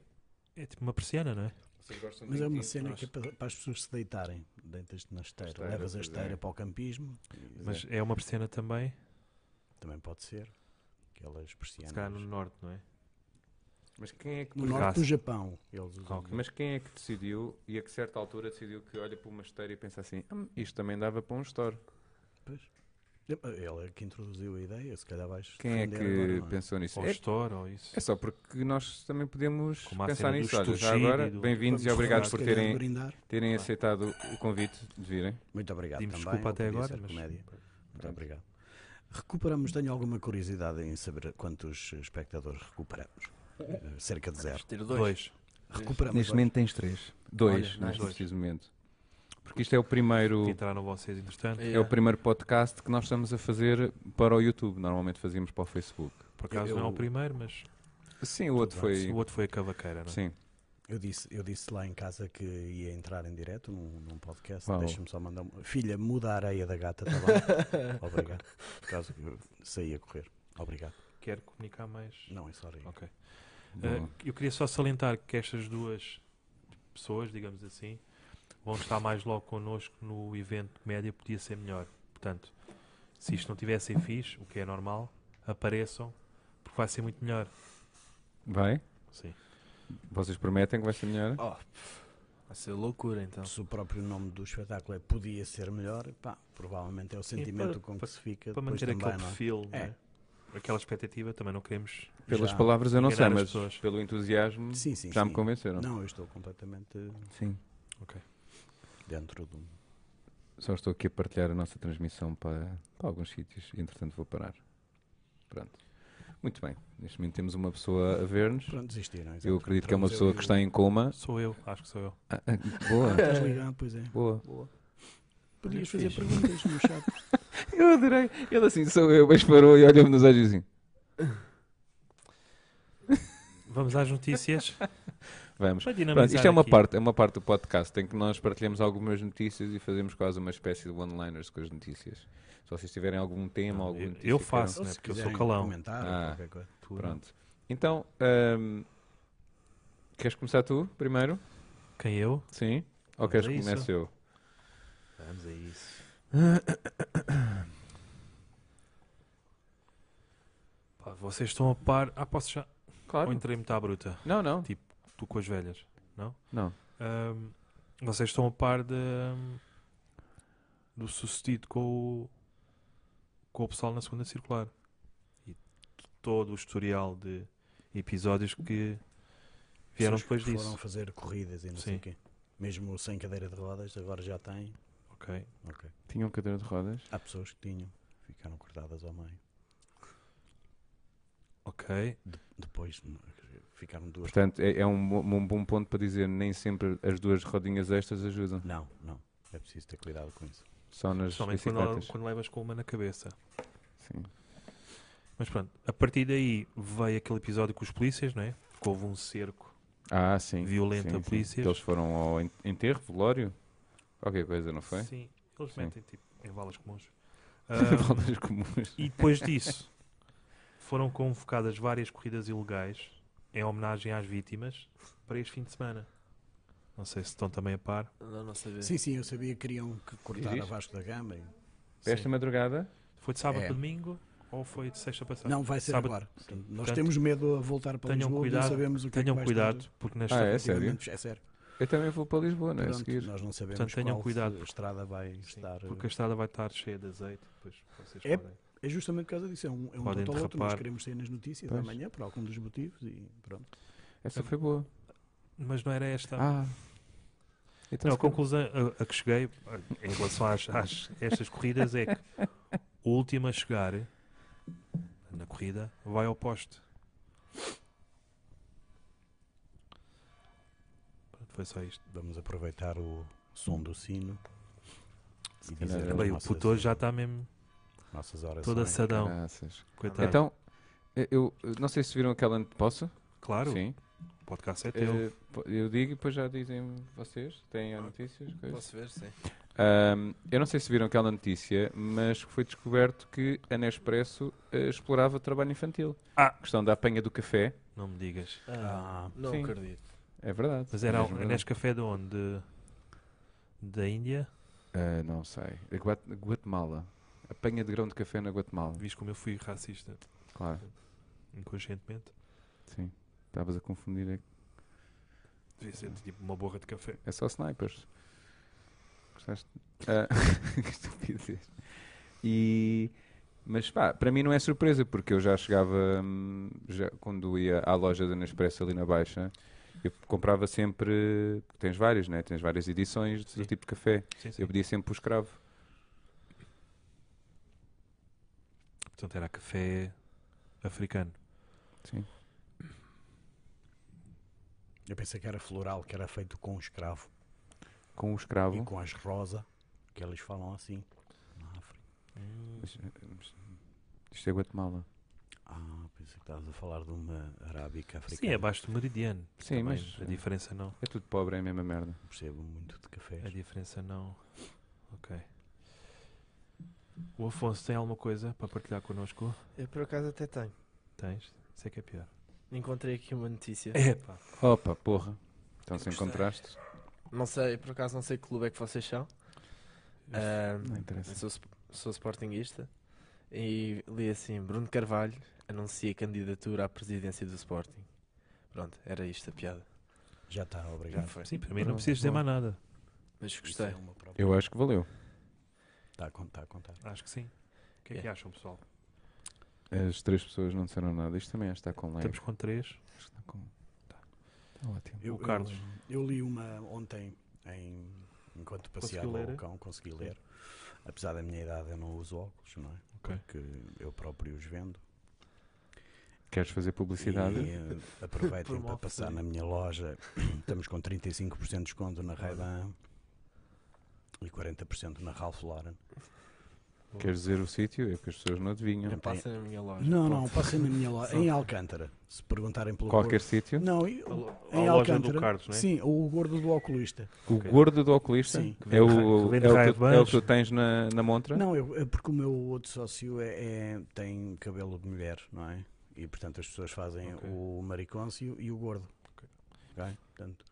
é tipo uma persiana, não é? Vocês gostam de Mas é vinho uma tinto, cena nós? que é para, para as pessoas se deitarem. Deitas-te na esteira. Esteira, Levas a pois é. esteira para o campismo. Pois Mas é. é uma persiana também, Também pode ser. Aquelas se calhar no persianas. norte, não é? Mas quem é que... No Raça. norte do Japão. Eles usam. ok. Mas quem é que decidiu e a que certa altura decidiu que olha para uma esteira e pensa assim, "Hum, isto também dava para um store. Ele é que introduziu a ideia. Se calhar vais Quem é que defender agora, não é? pensou nisso? Ou É Estor, ou isso. É só porque nós também podemos Como a pensar cena do nisso. Olha, já Esturgilho agora, e do- bem-vindos e Vamos obrigado falar, por se calhar, terem, brindar. terem aceitado o convite de virem. Muito obrigado Pedimos também. desculpa ao até agora, Podia Ser mas Comédia. Muito obrigado. Recuperamos, tenho alguma curiosidade em saber quantos espectadores recuperamos. Eh, Cerca de zero. Ter dois. dois. Recuperamos. Neste momento tens três. Dois, Olha, neste dois. preciso momento. Porque isto é o primeiro. Que entraram vocês, É entretanto. É o primeiro podcast que nós estamos a fazer para o YouTube. Normalmente fazíamos para o Facebook. por acaso Eu- não é o primeiro, mas Sim, o outro foi. o outro foi a cavaqueira, não é? Sim. Eu disse, eu disse lá em casa que ia entrar em direto num, num podcast. Uau. Deixa-me só mandar. uma- Filha, muda a areia da gata, tá bem? Obrigado. Por causa que eu saí a correr. Obrigado. Quero comunicar mais. Não, é só areia. Ok. Boa. Uh, eu queria só salientar que estas duas pessoas, digamos assim, vão estar mais logo connosco no evento de comédia Podia Ser Melhor. Portanto, se isto não tivessem fixe, o que é normal, apareçam, porque vai ser muito melhor. Vai? Sim. Vocês prometem que vai ser melhor? Oh, Vai ser loucura então. se o próprio nome do espetáculo é Podia Ser Melhor, pá, provavelmente é o sentimento para- com para- que se fica. Para depois manter também, aquele não é? perfil, não é? É. aquela expectativa, também não queremos. Pelas Já. palavras eu não sei, enganar as mas pessoas. pelo entusiasmo Sim, sim. já me sim. convenceram. Não, eu estou completamente Sim. dentro do. Só estou aqui a partilhar a nossa transmissão para, para alguns sítios e, entretanto, vou parar. Pronto. Muito bem. Neste momento temos uma pessoa a ver-nos. Pronto, desistiram. Eu exato. acredito que é uma Entramos eu pessoa e que o- está em coma. Sou eu, acho que sou eu. Ah, ah, boa, Estás ligado, pois é. boa. Podias Olha, fazer é fixe. perguntas no chat. Eu adorei. Ele assim, sou eu, mas parou e olhou-me nos olhos assim. Vamos às notícias. Vamos. Para Pronto, dinamizar isto é uma aqui. parte, é uma parte do podcast em que nós partilhamos algumas notícias e fazemos quase uma espécie de one-liners com as notícias. Se vocês tiverem algum tema, Não, alguma eu- notícia eu que faço. Ou né, se porque eu sou quiserem calão. comentar ou Ah. qualquer coisa. queiram- Pronto. Então, ahm, queres começar tu primeiro? Quem eu? Sim? Ou Vamos queres a que É isso. comece eu? Vamos a isso. Pá, vocês estão a par. Ah, posso já. Ou Claro. entrei muito à bruta. Não, não. Tu com as velhas. Não. Ahm, vocês estão a par de, ahm, do sucedido com o, com o pessoal na segunda circular e todo o historial de episódios que vieram Pessoas depois que disso. Foram fazer corridas e não sei Sim. o quê. Mesmo sem cadeira de rodas, agora já têm. Ok. um Tinham cadeira de rodas? Há pessoas que tinham, ficaram cortadas ao meio. Ok. Depois n- ficaram duas. Portanto, é, é um, bo- um bom ponto para dizer nem sempre as duas rodinhas extras ajudam. Não, não. É preciso ter cuidado com isso. Só nas Principalmente bicicletas. quando, quando levas com uma na cabeça. Sim. Mas pronto, a partir daí veio aquele episódio com os polícias, não é? Porque houve um cerco Ah, sim. violento sim, a sim. polícias. Que Eles foram ao en- enterro, velório? Qualquer coisa, não foi? Sim, eles Sim. metem tipo em valas comuns. Ahm, Rodas comuns. E depois disso, foram convocadas várias corridas ilegais em homenagem às vítimas para este fim de semana. Não sei se estão também a par. Não, não sabia. Sim, sim, eu sabia que queriam que cortar Diz a isto? Vasco da Gama. e- Para Esta Sim. madrugada? Foi de sábado É. para domingo ou foi de sexta para sábado? Não, vai ser Sábado. agora. Portanto, nós Portanto, temos medo a voltar para tenham Lisboa cuidado, não sabemos o que é Tenham que vai cuidado, estar. porque nesta Ah, é? Sério? relativamente- É sério. Eu também vou para Lisboa, não é? A Portanto, seguir. nós não sabemos Portanto, tenham qual cuidado. se- estrada vai Sim, estar. eh, porque a estrada vai estar cheia de azeite. Depois vocês É. podem. É justamente por causa disso. É um, é um Podem totoloto. Nós derrapar. queremos sair nas notícias Pois. amanhã, por algum dos motivos, e pronto. Essa foi boa. Mas não era esta. Tá. Ah. Então, Tá. Não, a se calhar- conclusão a, a que cheguei a- em relação às, às- estas corridas é que o último a chegar na corrida vai ao poste. Pronto, Foi só isto. Vamos aproveitar o som do sino. E calhar dizer é. as Bem, o nossas- puto hoje já tá está mesmo Nossas horas. todo assadão. Caraças. Coitado. Então, eh, eu eu não sei se viram aquela. an- Posso? claro, Sim. o podcast é teu. Eh, po- Eu digo e depois já dizem vocês. Têm notícias? coisas? Posso ver, sim. Ahm, eu não sei se viram aquela notícia, mas que foi descoberto que a Nespresso eh, explorava trabalho infantil. Ah. Questão da apanha do café. Não me digas. Ah, Ah, não sim. acredito. É verdade. Mas era é um verdade. Nescafé de onde? De- Da Índia? Ah, não sei. A Guat- Guatemala. Apanha de grão de café na Guatemala. Viste como eu fui racista Claro, inconscientemente? sim. Estavas a confundir. a- Devia ser tipo uma borra de café. É só snipers. Gostaste? Ah, que estupidez. E. Mas pá, para mim não é surpresa, porque eu já chegava, hum, já, quando ia à loja da Nespresso ali na Baixa, eu comprava sempre, tens várias, né? Tens várias edições Sim. do tipo de café. Sim, sim. Eu pedia sempre o escravo. Portanto, era café africano. Sim. eu pensei que era floral, que era feito com escravo Com o e escravo. com as rosa, que eles falam assim. Na África. Isto é Guatemala. Ah, pois Pensei que estavas a falar de uma arábica Sim, africana. é abaixo do meridiano. Sim, Também mas A diferença não. é tudo pobre, é a mesma merda. Não percebo muito de A cafés. diferença não. Ok. O Afonso tem alguma coisa para partilhar connosco? Eu por acaso até tenho. Tens? Isso é que é pior. Encontrei aqui uma notícia. Epá. Opa, porra. Então se Eu gostei. encontraste, Não sei, por acaso não sei que clube é que vocês são. Ahm, não interessa. sou, sp- sou sportinguista e li assim: Bruno Carvalho anuncia candidatura à presidência do Sporting. Pronto, era isto a piada. Já está, Já obrigado. foi. Sim, para mim não é Pronto, precisas dizer bom. mais nada. Mas Isso gostei. é uma Tá, própria- Eu acho que valeu. Está a contar, a contar. Acho que sim. O que é que Yeah. acham, pessoal? As três pessoas não disseram nada. Isto também está com lag. Estamos com três. Está com... tá. Tá ótimo. O Carlos. Eu, eu li uma ontem, em- enquanto passeava Conseguiu ler? é? o cão, consegui ler. Apesar da minha idade, eu não uso óculos, não é? Ok. Porque eu próprio os vendo. Queres fazer publicidade? E eh, aproveitem para Promove passar tudo. na minha loja. Estamos com 35% de desconto na Ray-Ban e 40% na Ralph Lauren. Queres dizer o sítio? É que as pessoas não adivinham. Não passa na minha loja. Não, Pode. não, passem na minha loja. em Alcântara. Se perguntarem pelo Qualquer gordo- sítio? Não, e- A lo- a em loja Alcântara. do Carlos, não é? Sim, o gordo do oculista. O Ok. gordo do oculista? Sim. É o, Que é, vende o que, tu- é o Ray-Bans. que tu tens na, na montra? Não, eu, eu- porque o meu outro sócio é, é- tem cabelo de mulher, não é? E portanto as pessoas fazem Ok. o maricôncio e o gordo. Ok? Portanto,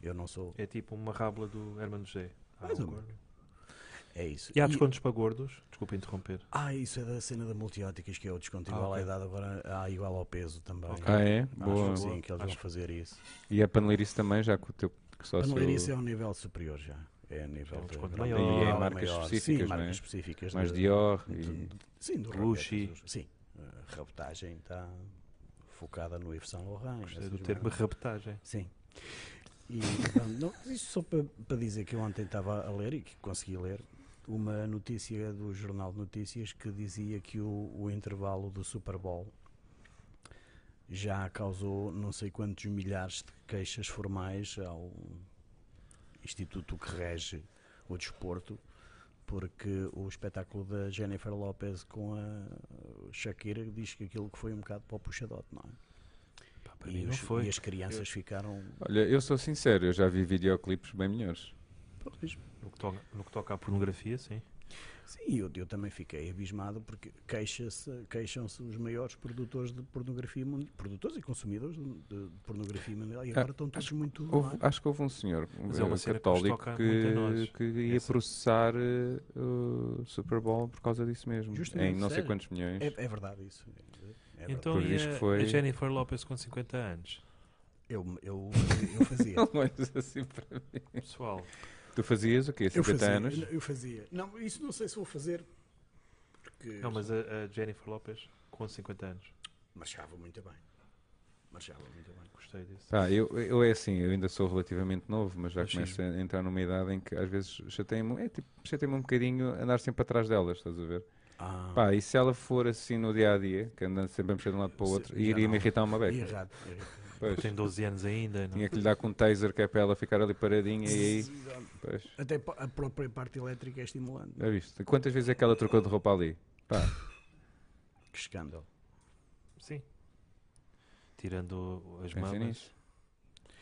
eu não sou. É tipo uma rábula do Hermano G. Há Mais um ou menos. gordo. É isso. E há descontos para gordos? Desculpa interromper. Ah, isso é da cena da multióticas que é o desconto Ah, igual ok. à idade, agora há igual ao peso também. Ok. Ah, é? Acho Boa. que sim, que eles Acho vão fazer isso. E a paneleirice também, já que o teu Para sócio não ler isso é um nível superior já. É a nível É um de- desconto de- maior. de- E é marcas específicas, sim, não é? marcas específicas. mais de- Dior de- e... Sim, do Gucci. Rabettas, Sim, a rabetagem está focada no Yves Saint Laurent. Gostei essas do termo marcas. rabetagem. Sim. E, vamos- não, isso só para, para dizer que eu ontem estava a ler e que consegui ler uma notícia do Jornal de Notícias que dizia que o, o intervalo do Super Bowl já causou não sei quantos milhares de queixas formais ao instituto que rege o desporto porque o espetáculo da Jennifer Lopez com a Shakira diz que aquilo que foi um bocado para o puxadote, não é? Pá, para e, mim não os- foi. e as crianças ficaram Olha, eu sou sincero, eu já vi videoclipes bem melhores. No que, toca, no que toca à pornografia, sim. Sim, eu, eu também fiquei abismado porque queixa-se- queixam-se os maiores produtores de pornografia mundial, produtores e consumidores de, de pornografia mundial, e Ah, agora estão todos muito. não Houve- é? acho que houve um senhor Mas eh, é uma cena que nos católico toca muito a que, nós. que ia Essa. processar eh, o Super Bowl por causa disso mesmo. Justamente, em não sei sério? quantos milhões. É, é verdade isso. É verdade. Então Por e isso que a, foi- a Jennifer Lopez com 50 anos? eu, eu, eu fazia. Não olhes assim para mim. Pessoal, Tu fazias o quê? eu 50 fazia. anos? Eu fazia. Não, isso não sei se vou fazer. Porque não, mas a, a Jennifer Lopez com 50 anos. marchava muito bem. Marchava muito bem. Gostei disso. Pá, eu, eu é assim, eu ainda sou relativamente novo, mas já Mas começo a entrar numa idade em que às vezes chateia-me é, tipo, chateia-me um bocadinho andar sempre atrás delas, estás a ver? Ah, Pá, e se ela for assim no dia a dia, que anda sempre a mexer de um lado para o Se- outro, já iria me não. irritar uma beca. errado. errado. Pois, Tem 12 anos ainda. Não? é? tinha que lhe dar com um taser que é para ela ficar ali paradinha e aí. Pois, Até pa- a própria parte elétrica é estimulante. já viste? Quantas vezes é que ela trocou de roupa ali? Que escândalo. Sim. Tirando as Pensa mamas. nisso.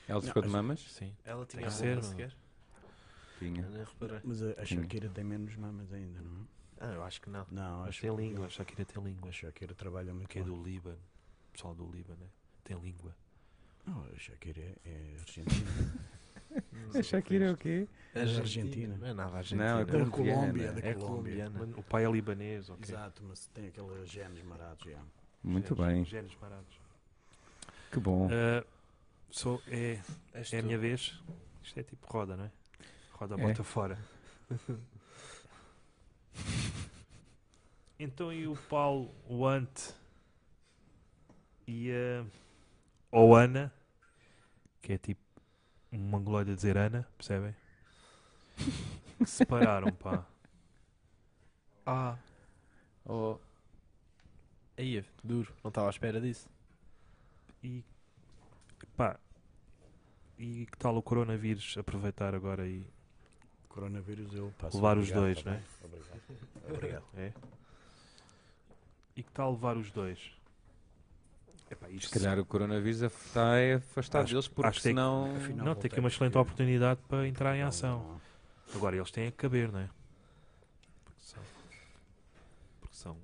Ela Não, trocou de mas- mamas? Sim. Ela tinha que a ser, roupa não é? sequer? Eu Tinha. nem reparei. Mas Hum. a, a Sim. Shakira tem menos mamas ainda, não é? Ah, eu acho que não. Não, Mas acho tem língua, a Shakira tem que a língua. Shakira trabalha muito. Que é lá. do Líbano. Pessoal do Líbano, né? Tem língua. Não, a Shakira é- é argentina. A Shakira é o quê? Argentina. Não é nada argentina. Não, é da colombiana. Colômbia, da É Colômbia. colombiana. Mas o pai é libanês, ok. Exato, mas tem aqueles genes marados. já. Muito Genes- bem. Genes marados. Que bom. Ah, sou, é, És é a tu. minha vez. Isto é tipo roda, não é? Roda, É. bota fora. então e o Paulo, o Ante e a Oana, que é tipo um mongoloide a dizer Ana, percebem? Que separaram, pá. Ah, Oh. Aí, duro. Não estava à espera disso. E pá, e que tal o coronavírus aproveitar agora e Coronavírus eu passo. Levar os Obrigado, dois, tá né? bem? Obrigado. Obrigado. é? E que tal levar os dois? Epá, Se isto calhar o coronavírus af- está a afastar Acho- deles, porque acho que é- senão. afinal- Não, Não, tem aqui voltei uma porque- excelente oportunidade para entrar em Não, ação. não. Agora eles têm que caber, não é? Porque são. Porque são.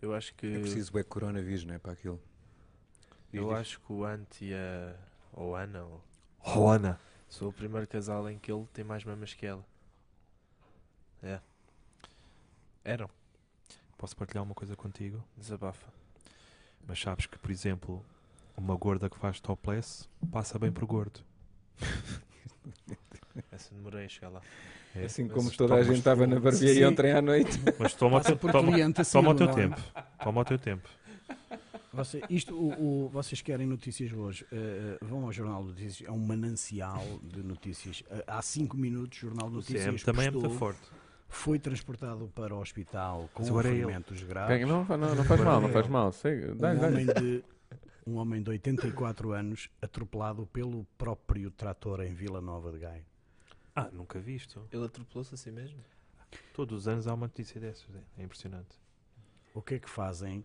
Eu acho que. É preciso é coronavírus, não é? Para aquilo. Eu Diz, diz. acho que o Ant e a. Ou Ana, ou. Roana! Sou o primeiro casal em que ele tem mais mamas que ela. É. Eram. Posso partilhar uma coisa contigo? Desabafa. Mas sabes que, por exemplo, uma gorda que faz topless passa bem por gordo. Essa demorei a chegar lá. É, Assim mas como toda a tomas gente estava tu- na barbearia Sim. ontem à noite. Mas toma, o Passa teu- por toma, cliente a seguir, toma o teu não é? tempo. Toma o teu tempo. Você- isto, o- o- vocês querem notícias boas? eh, eh, vão ao Jornal de Notícias, é um manancial de notícias. Eh, há cinco minutos, Jornal de O Notícias CM também é muito postou, forte. foi transportado para o hospital com Mas agora é ele. ferimentos graves. Não, não, não é. faz mal, não faz mal. Segue, dá-lhe, Um dá-lhe. homem, de, um homem de 84 anos atropelado pelo próprio trator em Vila Nova de Gaia. Ah, nunca vi isto. Ele atropelou-se a si mesmo? Todos os anos há uma notícia dessas. é- É impressionante. O que é que fazem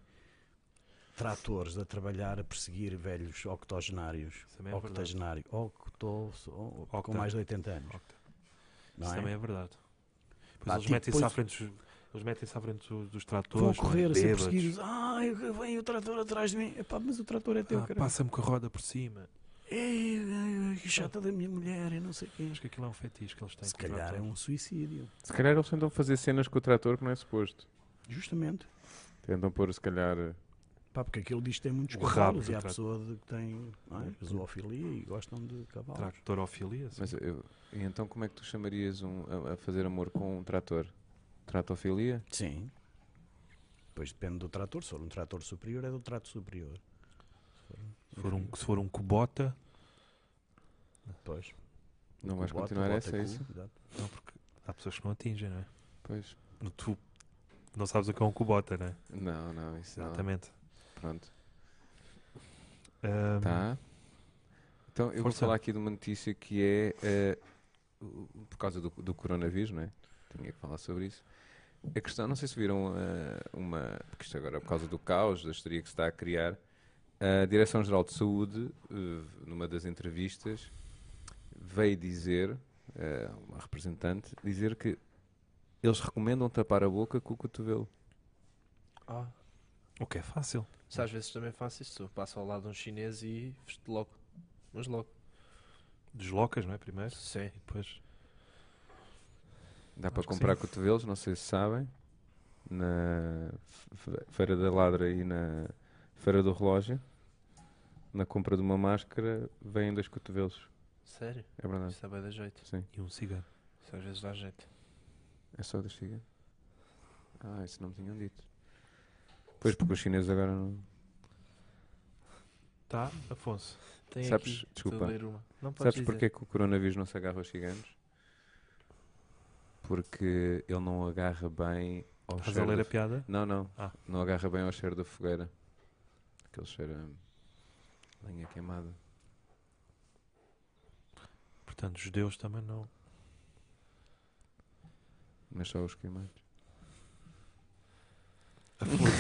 tratores a trabalhar a perseguir velhos octogenários? Isso também é verdade. Octogenário. Octo, so- Octa. com mais de 80 anos. Octa. Não Isso é? também é verdade. Depois Pá, eles tipo, metem-se à depois- frente dos, eles metem-se à frente dos, dos tratores. Vão não é? correr a ser Bêbados. perseguidos. Ah, eu- vem o trator atrás de mim. Epá, mas o trator é teu, Ah, caralho. Passa-me com a roda por cima. Ei, ei, ei, É, que chata da minha mulher, eu não sei quem. Acho que aquilo é um fetiche que eles têm. Se com os calhar é tratores. um suicídio. Se calhar eles tentam fazer cenas com o trator que não é suposto. Justamente. Tentam pôr, se calhar. Pá, porque aquilo diz que tem muitos O rabo cavalos do e há trator. pessoa de, que tem não é? zoofilia e gostam de cavalos. Tractorofilia. sim. Mas eu- e então como é que tu chamarias um- a, a fazer amor com um trator? Tratofilia? Sim. Pois depende do trator. Se for um trator superior, é do trato superior. Se for um, se for um cubota, Pois. Não vais Bota, continuar bota essa, um. é cu, isso? exato. não, porque há pessoas que não atingem, não é? Pois. No- Tu não sabes o que é um cubota, não é? Tá. Não, não, isso não. Exatamente. Pronto. Ahm, Tá. Então eu vou Força. falar aqui de uma notícia que é eh, o- o- por causa do, do coronavírus, não é? Tinha que falar sobre isso. A questão, não sei se viram eh, uma, porque isto agora é por causa do caos, da histeria que se está a criar, a Direção-Geral de Saúde, eh, numa das entrevistas, veio dizer, eh, uma representante, dizer que eles recomendam tapar a boca com o cotovelo. Ah. O que é fácil. Mas às vezes também faço isso. Passo ao lado de um chinês e vejo-te logo. Mas logo. Deslocas, não é? Primeiro. Sim. E depois. Dá para Acho que comprar sim. cotovelos, não sei se sabem, na Fe- Feira da Ladra e na Feira do Relógio. Na compra de uma máscara vêm dois cotovelos. Sério? É verdade, Isso é bem da jeito. sim. E um cigano. Isso às vezes dá jeito. É só das figa. Ah, isso não me tinham dito. Pois, porque os chineses agora não. Tá, Afonso. Tem Sabes- aqui, desculpa. estou a ler uma. Não Sabes podes dizer. porquê que o coronavírus não se agarra aos ciganos? Porque ele não agarra bem ao Estás a cheiro ler da a piada? Não, não. Ah. Não agarra bem ao cheiro da fogueira. Aquele cheiro a lenha queimada. Portanto, os judeus também não. Mas só os queimados.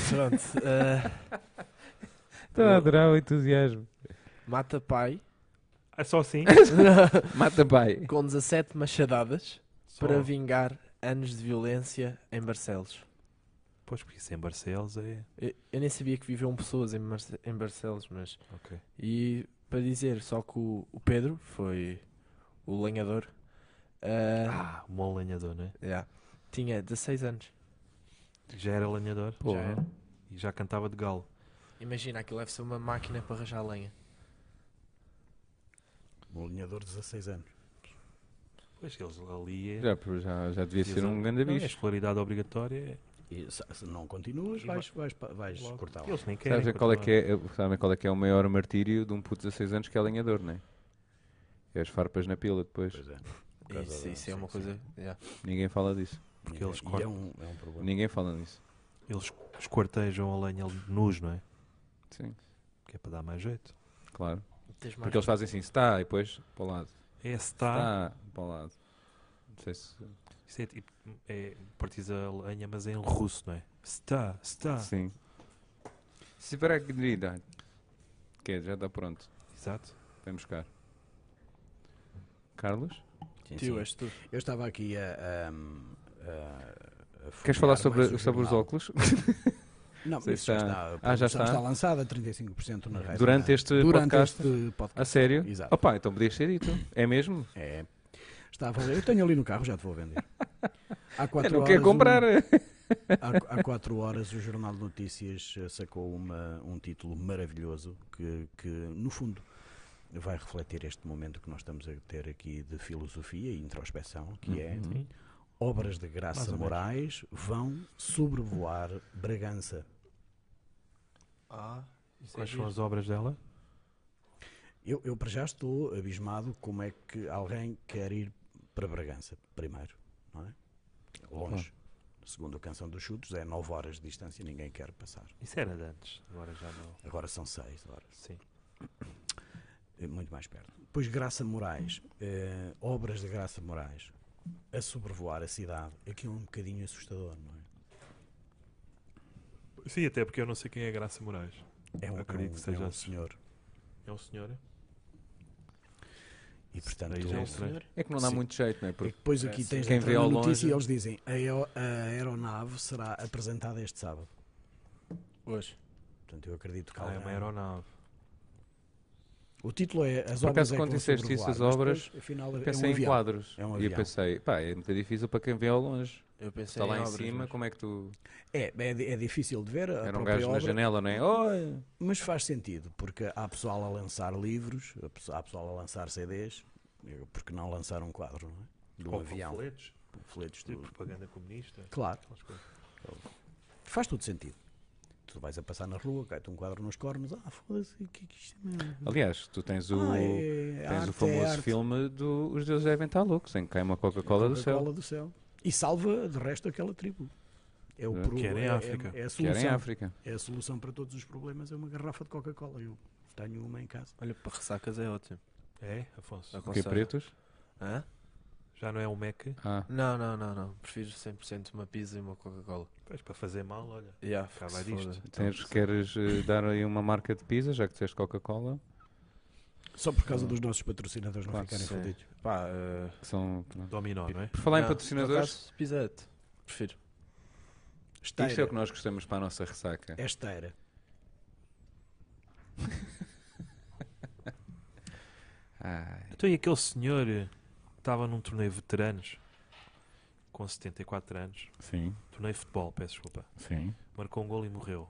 Pronto. eh, Estou a adorar Então, o entusiasmo. mata pai É só assim? Mata pai. com 17 machadadas Só. para vingar anos de violência em Barcelos. Pois, porque isso em Barcelos é. Eu, eu nem sabia que viviam pessoas em, Marce- em Barcelos, mas. Ok. E para dizer, só que o, o Pedro foi o lenhador. eh, Ah, um bom lenhador, não é? yeah, Tinha 16 anos. Já era lenhador Já era. e já cantava de galo. Imagina, aquilo deve ser uma máquina para rajar lenha. Um alinhador de 16 anos. Pois, eles ali é. Já, já, já devia ser um grande Não, A bicho. escolaridade obrigatória é. E se se não continuas, E vais, vais, pa- vais logo. cortá-lo. Eles nem querem. Sabes qual é, que continuar. é, sabem qual é que é o maior martírio de um puto de 16 anos que é alinhador, não é? É as farpas na pila depois. Pois é. Por causa Isso, da- isso é uma sim, coisa. yeah. Ninguém fala disso. Porque eles E é cortam. um, é um problema. Ninguém fala nisso. Eles esquartejam a lenha nus, não é? Sim, Que é para dar mais jeito. claro. Tens mais- Porque eles fazem assim, está, e depois para o lado. É está. Está, para o lado. Não sei se... Isso é tipo. Ah. É, partis a lenha, mas é em russo, não é? Está, está. Sim. Superagridade. Que é, já está pronto. Exato. Vem buscar. Carlos? Sim, Tio, sim. és tu. Eu estava aqui a. a- a- a é Queres falar folhear sobre, mais o sobre os jornal. óculos? Não, Sei isso já se está- está. a Ah, já produção está? lançada, 35% na raiva. Durante este Durante podcast? este A podcast. sério? Exato. Opa, então podias ser dito. É mesmo? É. Está a valer. Eu tenho ali no carro, já te vou vender. Há Eu quatro não quero horas, comprar. um- há, há quatro horas o Jornal de Notícias eh, sacou uma- um título maravilhoso que, que, no fundo, vai refletir este momento que nós estamos a ter aqui de filosofia e introspeção, que é Uhum. obras de graça morais vão sobrevoar Bragança. Ah, isso Quais são as obras dela? Eu, eu para já estou abismado como é que alguém quer ir para Bragança, primeiro, não é? Longe. Segundo a canção dos chutos, é 9 horas de distância e ninguém quer passar. Isso era de antes, agora já não. Agora são 6 horas. Sim. É muito mais perto. Pois Graça Moraes, eh, obras de Graça Moraes, a sobrevoar a cidade, aquilo é um bocadinho assustador, não é? Sim, até porque eu não sei quem é Graça Moraes. É um, é Acredito um- que seja é um assim. senhor. É um senhor? E portanto, um Aí já é estranho. É que não dá Sim. muito jeito, não é? e Porque depois aqui tens Quem quem vê vê ao notícia longe- e eles dizem a, aero- a aeronave será apresentada este sábado. Hoje. Portanto, eu acredito que Ah, é alguém- uma aeronave. O título é As Por obras acaso, é que quando vão disseste isso, sobrevoar, as mas obras, depois, afinal, é um pensei em avião. quadros. É um e eu avião. pensei, pá, é muito difícil para quem vem ao longe. Eu pensei Está lá em em obras, cima, mas- como é que tu. É, é, di- é difícil de ver a Era um própria gajo na obra, janela, não é? Oi! mas faz sentido, porque há pessoal a lançar livros, há pessoa- há pessoal a lançar CDs, eu- porque não lançar um quadro, não é? De um Ou avião, panfletos, panfletos de do- tipo propaganda comunista. Claro, aquelas coisas. faz todo sentido. Tu vais a passar na rua, cai-te um quadro nos cornos, ah, foda-se, o que é que isto é? mesmo? Aliás, tu tens o. Ah, é- é Tens arte, o é famoso arte. filme do Os Deuses Devem Estar Loucos, em que cai uma Coca-Cola do céu. Coca-Cola do céu. E salva, de resto, aquela tribo. É o É. pro- Que era em é- é- África. É, a Que era em solução. África. É a solução para todos os problemas, é uma garrafa de Coca-Cola. Eu tenho uma em casa. Olha, para ressacas é ótimo. É, Afonso? O quê? Aconselho. Pretos? Hã? Já não é um Mac? Ah, Não, não, não, não. Prefiro 100% uma pizza e uma Coca-Cola. Pois, para fazer mal, olha. Yeah, Cá que vai se disto. foda. tens, então queres eh, dar aí uma marca de pizza, já que disseste Coca-Cola? Só por causa dos nossos patrocinadores não Claro, ficarem sim. fodidos. Pá, eh, Que são. pronto. Dominó, não é? Por falar não, em por patrocinadores, acaso, Pizza Hut. Prefiro. isto é o Esteira. que nós gostamos para a nossa ressaca. É esteira. Ai, É. Então, e aquele senhor eh, que estava num torneio de veteranos, com 74 anos, sim, torneio de futebol, peço desculpa, sim. marcou um gol e morreu.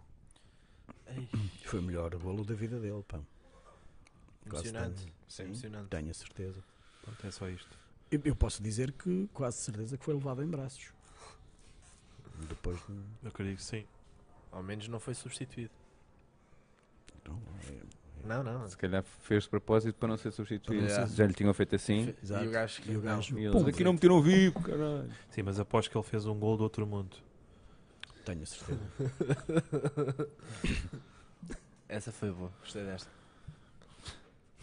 Foi o melhor golo da vida dele, pá. Quase Emocionante. tenho. Sim, emocionante. Tenho a certeza. Pronto, é só isto. Eu, eu posso dizer que quase certeza que foi levado em braços. Depois de... Eu acredito que sim. Ao menos não foi substituído. Não, é- Não, não. Se calhar fez de propósito para não ser substituído. Para não Já lhe tinham feito assim. é, exato. E o gajo que E o não. gajo- E Pum, eles, aqui não meteram vivo, caralho. Sim, mas após que ele fez um gol do outro mundo. Tenho a certeza. Essa foi boa. Gostei desta.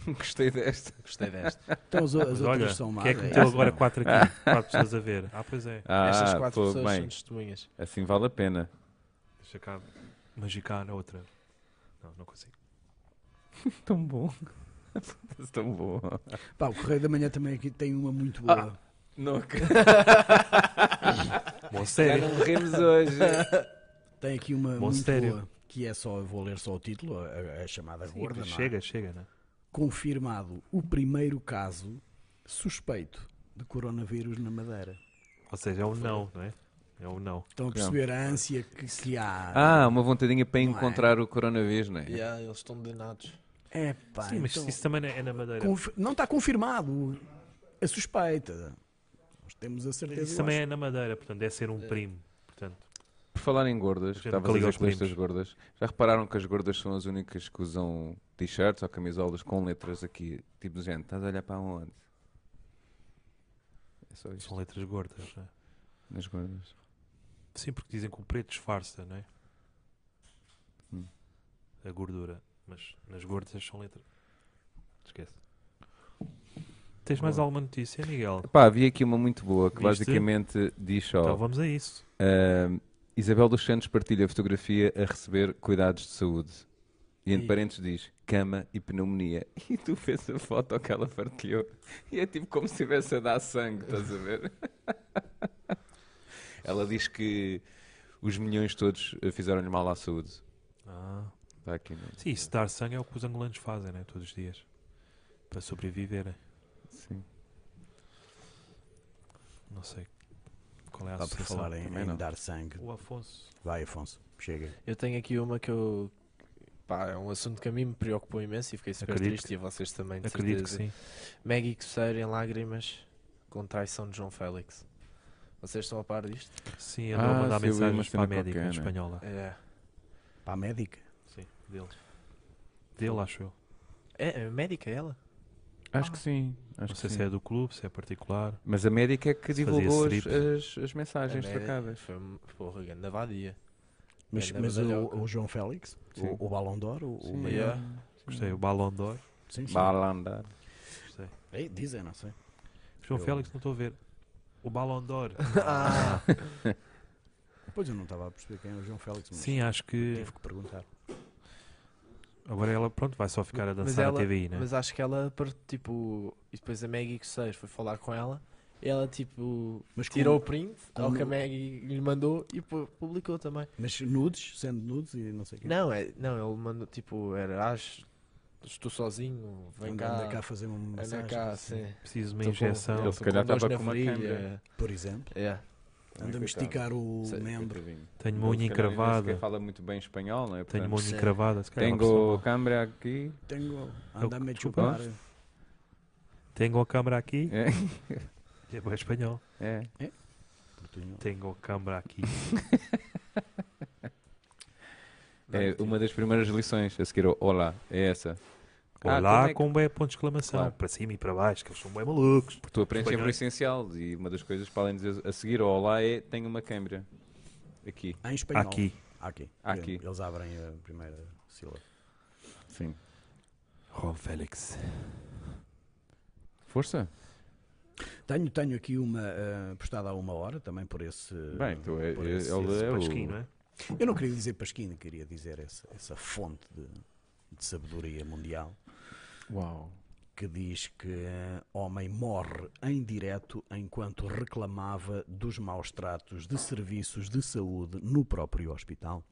Gostei desta. Gostei desta. Então as, o- as Mas outras olha, são más. quem é que é meteu essa? agora 4 aqui? 4 pessoas a ver. Ah, pois é. Ah, Estas quatro pô, pessoas bem, são testemunhas. assim vale a pena. Deixa cá magicar a outra. Não, não consigo. Tão bom. Tão bom. Pá, o Correio da Manhã também aqui tem uma muito Ah. boa. Não, Ah, é Bom, já sério. não rimos um hoje. Tem aqui uma Bom, muito sério. boa. Que é só, eu vou ler só o título, a, a chamada gorda. não é? Chega, chega, né? confirmado o primeiro caso suspeito de coronavírus na Madeira. Ou seja, é um não, não é? É um não. Estão a perceber a ânsia que, que há. Ah, uma vontadinha para Não é? encontrar o coronavírus, não é? Yeah, eles estão danados. é pá, Sim, mas então, isso também é na Madeira. confi- não está confirmado a suspeita. Nós temos a certeza. Isso eu também acho. é na Madeira, portanto, é ser um primo. Portanto, Por falar em gordas, A que gente estavas a nunca liga dizer aos que leste as primos. gordas, já repararam que as gordas são as únicas que usam t-shirts ou camisolas com letras aqui, tipo do género, estás a olhar para onde? É só isto, são letras gordas, não é? nas gordas. Sim, porque dizem que o preto disfarça, não é? Hum. A gordura. Mas nas gordas são letras. Esquece. Tens mais Boa. alguma notícia, Então. Miguel? Pá, havia aqui uma muito boa, que Viste? Tá basicamente diz só, Então vamos a isso. ah, Isabel dos Santos partilha fotografia a receber cuidados de saúde. E entre Ih. parentes diz cama e pneumonia. E tu vês a foto que ela partilhou. E é tipo como se estivesse a dar sangue, estás a ver? ela diz que os milhões todos eh, fizeram-lhe mal à saúde. Ah. Está aqui, né? não? Sim, se dar sangue é o que os angolanos fazem, né? Todos os dias. Para sobreviverem. Sim. Não sei qual é a Está por associação. falar em, também em não. dar sangue. O Afonso. Vai, Afonso, chega. Eu tenho aqui uma que eu. Pá, é um assunto que a mim me preocupou imenso e fiquei super Acredito triste e a vocês também, de Acredito que certeza. sim. Maggie Cosseiro em lágrimas com traição de João Félix. Vocês estão a par disto? Sim, andou Ah, a mandar sim, eu vi uma mensagens para cena a médica qualquer, né? espanhola. É, Para a médica. Ah, Sim, dele. Dele, acho eu. é, é médica ela? Acho que sim. Acho Não sei se é do clube, se é particular. Mas a médica é que Se fazia divulgou as, strip. as, as mensagens É, trocadas. Foi, porra, grande vadia. Mas, Ganda mas o, badalhoca. o João Félix, Sim. o, o Ballon d'Or, o, o Sim. é. maior. Yeah. Gostei. O Hum. Ballon d'Or. Sim, sim. Balanda. Gostei. Ei, É, dizem, não sei. João Eu- Félix, não estou a ver. O Ballon d'Or. Ah. Pois eu não estava a perceber quem é o João Félix, mas Sim, é. acho que tive que perguntar. agora ela, pronto, vai só ficar a Mas dançar ela- na TVI, né? Mas acho que ela, par- tipo. E depois a Maggie Cosseiro foi falar com ela. Ela, tipo, Mas com- tirou o print, ao que a como- Maggie lhe mandou e pu- publicou também. Mas nudes, sendo nudes e não sei o quê. Não, é, não, ele mandou, tipo, era, acho, estou sozinho, vem Anda- cá, Anda cá fazer uma massagem. anda cá, assim, sim. Preciso de uma Tô com- injeção. Ele tô se calhar dores tava na com uma virilha. câimbra. Por exemplo, É. anda a esticar o Sei, membro. Tenho uma unha encravada. fala muito bem espanhol, não é? Tenho um uma Portanto, unha Sim. encravada. Se calhar ela Tengo percebe. câmera aqui. Tenho, anda-me a desculpa. chupar. Tenho a câmara aqui. É. É bem espanhol. É. Portunhol. Tenho a câmara aqui. É uma das primeiras lições a seguir ao Olá. É essa. Ah, Olá, como é que- com bem ponto de exclamação. Claro. Para cima e para baixo, que eles são bem malucos. Porque tu aprendes sempre o Espanhol. essencial. E uma das coisas para além de dizer a seguir ao Olá é tenho uma câmera. Aqui. Ah, Em espanhol. Aqui. Aqui. Aqui. Eles abrem a primeira sílaba. Sim. Ron Félix. Força. Tenho, tenho aqui uma eh, postada há uma hora, também por esse. Bem, então é, Eh, por é- esse- ele Esse é o- pasquim, não é? Eu não queria dizer pasquina, queria dizer essa, essa fonte de, de sabedoria mundial Uau. que diz que eh, homem morre em direto enquanto reclamava dos maus tratos de serviços de saúde no próprio hospital.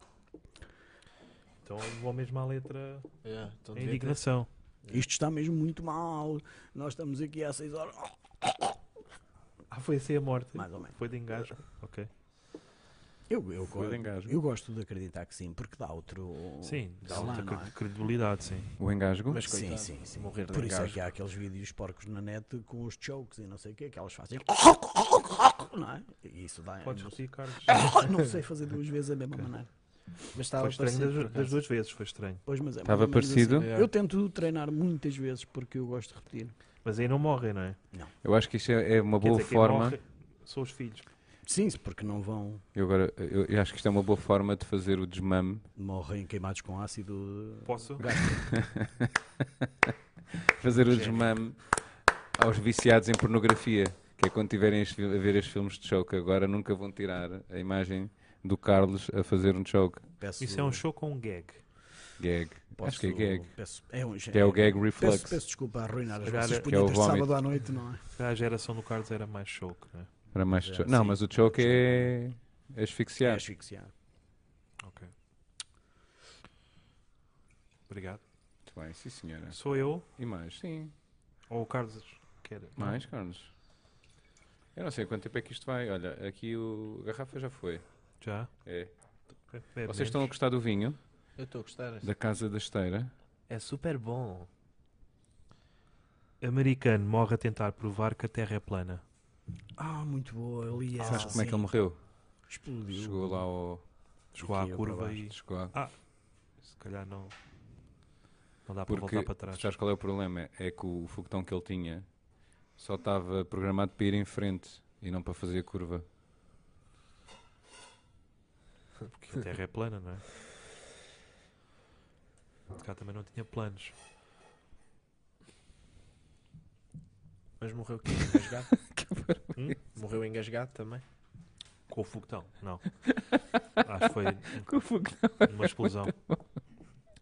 Então vou mesmo à letra É, então a devia ter- indignação. Isto está mesmo muito mal. Nós estamos aqui às 6 horas. oh, Ah, foi assim a morte. Mais ou menos. Foi de engasgo. É. Ok. Eu, eu, Foi de go- engasgo. eu gosto de acreditar que sim, porque dá outro. Sim, dá sei lá, outra não é? cre- credibilidade, sim. O engasgo? Mas Sim, coitado, sim, sim. morrer de Por isso é engasgo. que há aqueles vídeos porcos na net com os chokes e não sei o que, que elas fazem. Não é? E isso dá. Podes não, Ah, repetir, Carlos. não sei fazer duas vezes a mesma maneira. Mas estava Foi estranho parecido, das, por das acaso. duas vezes, foi estranho. Pois, mas é Estava mais ou menos parecido? assim. É. Eu tento treinar muitas vezes porque eu gosto de repetir. Mas aí não morrem, não é? Eu acho que isto é é uma Quer boa dizer, quem forma. morre São os filhos. Sim, porque não vão. Eu agora eu, eu acho que isto é uma boa forma de fazer o desmame. Morrem queimados com ácido. Posso? Fazer o Gênio. desmame aos viciados em pornografia. Que é quando tiverem este- a ver estes filmes de choque agora, nunca vão tirar a imagem do Carlos a fazer um choke. Peço, Isso é um show com um gag. Gag. Acho posso- que é gag. Peço, é, um, Que é o gag reflex. Peço, peço desculpa a arruinar as Se calhar vossas é- Que é o punhetas de vómito. sábado à noite, não é? Já a geração do Carlos era mais show, não é? Para mais de É, choque. Não, sim. mas o choke é é É asfixiar. asfixiar. Obrigado. Muito bem, sim É. senhora. Sou eu E mais? Sim. ou o Carlos quer? é? Mais, Carlos? Eu não sei quanto tempo é que isto vai. Olha, aqui o a garrafa já foi. Já? É. É- é menos. Vocês estão a gostar do vinho Eu estou a gostar. assim. da Casa da Esteira? É super bom. Americano morre a tentar provar que a Terra é plana. Ah, muito boa. Ali é. Ah, Sabes como é que ele morreu? Explodiu. Chegou lá ao. Chegou Aqui à eu curva para e Chegou a... se calhar não, não dá para Porque voltar para trás. sabes qual é o problema? É que o foguetão que ele tinha só estava programado para ir em frente e não para fazer curva. Porque a Terra é plana, não é? Se calhar também não tinha planos. Mas morreu o quê? Engasgado? Hum? Morreu engasgado também? Com o foguetão? Não. Acho que foi Com o fogo. numa explosão.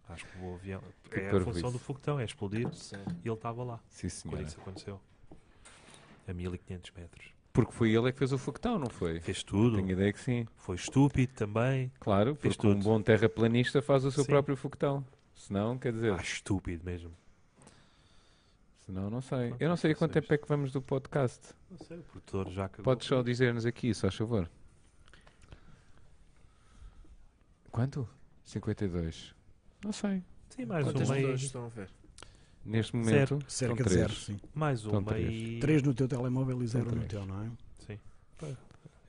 Acho que o avião. Que é a parvoíce. função do foguetão, é explodir. E ele estava lá Sim, quando senhora. isso aconteceu. A 1500 metros. Porque foi ele é que fez o foguetão, não foi? Fez tudo. Tenho ideia que sim. Foi estúpido também. Claro, Fez porque um tudo. bom terraplanista faz o seu Sim. próprio foguetão. Senão, quer dizer, Ah, estúpido mesmo. senão não sei. Pronto, Eu não sei a não sei quanto tempo é que vamos do podcast. Não sei, o produtor já acabou. Podes só dizer-nos aqui, só a favor. Quanto? 52. Não sei. Sim, mais um Quantas uma e. pessoas estão a ver? Neste Zero. momento. são Cerca de três. zero, sim. Mais um Estão uma três. e. Três no teu telemóvel e zero no três. teu, não é? Sim.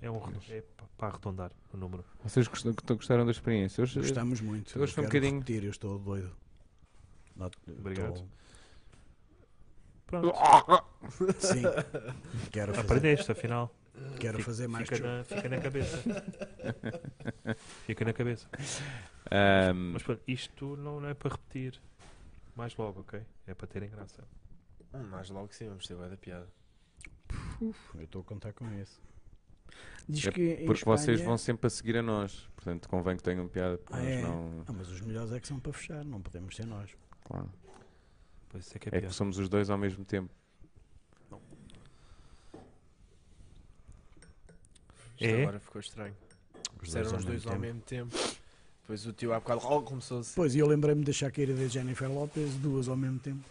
É, um, é pa- para arredondar o número. Vocês gost- gost- gostaram da experiência? Hoje, Gostamos muito. hoje foi um Quero bocadinho- repetir, eu estou doido. Não- Obrigado. estou- Pronto. Sim. Quero fazer, Aprendeste, afinal. quero Fica- fazer mais fica na, fica na cabeça. fica na cabeça. Ahm, Mas pronto, isto não, não é para repetir mais logo, ok? É para terem graça. Hum, mais logo sim, vamos ter bué da piada. Eu estou a contar com isso. Diz É que em porque vocês Espanha- vão sempre a seguir a nós. Portanto, convém que tenham piada. Porque Ah, nós é? não. Ah, mas os melhores é que são para fechar, não podemos ser nós. Claro. Pois isso é que é, É pior. que somos os dois ao mesmo tempo. Isto É? agora ficou estranho. Disseram os dois ao mesmo tempo. Depois o tio há bocado oh, começou a se Pois, e eu lembrei-me da Shakira e da Jennifer Lopez, duas ao mesmo tempo.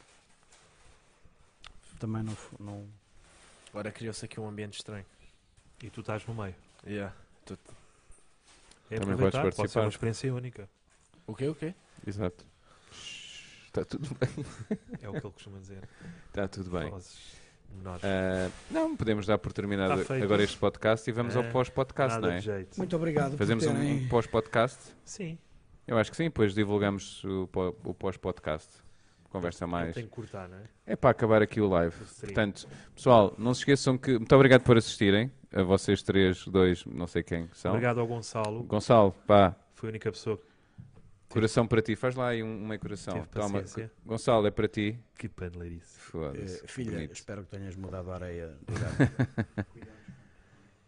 Também não. fo- não... Agora criou-se aqui um ambiente estranho. E tu estás no meio. Yeah. É Também aproveitar, podes pode ser uma participar. experiência única. O quê, o quê? Exato. Está tudo bem. É o que ele costuma dizer. Está tudo bem. Vozes menores. Ah, não, podemos dar por terminado Tá feito. agora este podcast e vamos É, ao pós-podcast, Nada não é? de jeito. Muito obrigado Fazemos por um, terem... eh, um pós-podcast. Sim. Eu acho que sim, depois divulgamos o, pó- o pós-podcast. Conversa Eu mais. tenho que cortar, não é? É para acabar aqui o live. O stream. Portanto, pessoal, não se esqueçam que. Muito obrigado por assistirem. A vocês três, dois, não sei quem são. Obrigado ao Gonçalo. Gonçalo, pá, Foi a única pessoa que coração para ti. Faz lá aí um, meio coração. teve Toma. paciência. Gonçalo, é para ti. Que paneleirice. Foda-se. Eh, filha, bonito. espero que tenhas mudado a areia.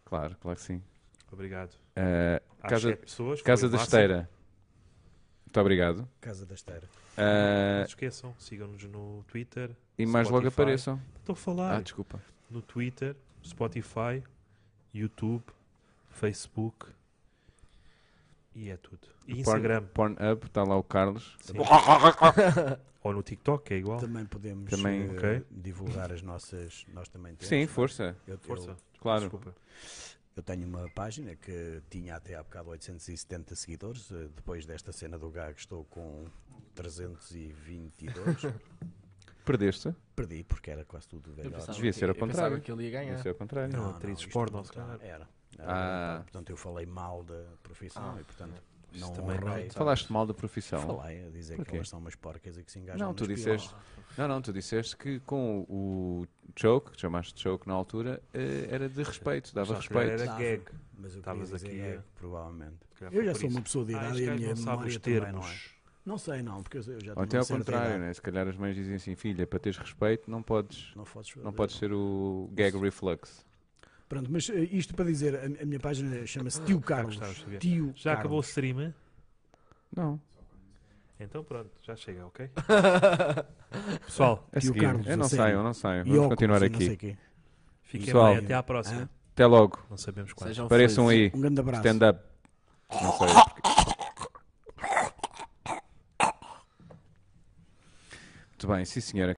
Claro, claro que sim. Obrigado. Ah, Às Casa- sete pessoas. foi Casa o da máximo. Esteira. Muito obrigado. Casa da Esteira. Não Ah, se esqueçam, sigam-nos no Twitter. e mais logo Spotify. apareçam. Estou a falar. Ah, desculpa. no Twitter, Spotify, YouTube, Facebook e é tudo. E Instagram. Porn, Pornhub, está lá o Carlos. sim. ah, Ou no TikTok, é igual. Também podemos Também, eh, ok. divulgar as nossas. Nós também temos. é? Sim, força. Eu, Força. eu- Claro. ah. Desculpa. eu tenho uma página que tinha até há bocado 870 seguidores. eh, Depois desta cena do gag estou com 322. Perdeste? Perdi porque era quase tudo Eu velhote. pensava Devia que- ser ao eu pensava contrário. que ele ia ganhar. Isso é o contrário. Não, atrizes isto porno, se não tá, calhar. Era. Ah. Era, Portanto, eu falei mal da profissão Ah. e, portanto, Isso não também é não honrei. está. Falaste mal da profissão. Falei a dizer que Então, Porquê? elas são umas porcas e que se engajam Não, tu nas disseste- Não, não, tu disseste que com o o Choke, que chamaste Choke na altura, eh, era de respeito, dava Só que não respeito. Era Dava. gag. pilas. Mas eu queria Estavas dizer aqui é a- que, provavelmente. Se calhar foi Eu já por sou isso. uma pessoa de Ah, idade este e a gajo minha não sabe memória os também não é. termos. Não sei não, porque eu eu já Ou tenho até uma ao certa contrário, idade. né? se calhar as mães dizem assim, filha, para teres respeito não podes, Não podes, não podes ser o gag reflux. Pronto, mas eh, isto para dizer, a, a minha página chama-se Tio Já Carlos. gostaram de saber. Tio Já Carlos. acabou o stream? Não, Então pronto, já chega, ok? Pessoal, a Tio seguir. Carlos, eu a não sério. saio, eu não saio. E Vamos óculos continuar e não sei aqui. quê. fiquem Pessoal. bem, até à próxima. Hã? Até logo. Não sabemos quando. Sejam Apareçam aí. Um grande abraço. Stand up. Não sei. Porque... Muito bem, sim senhora.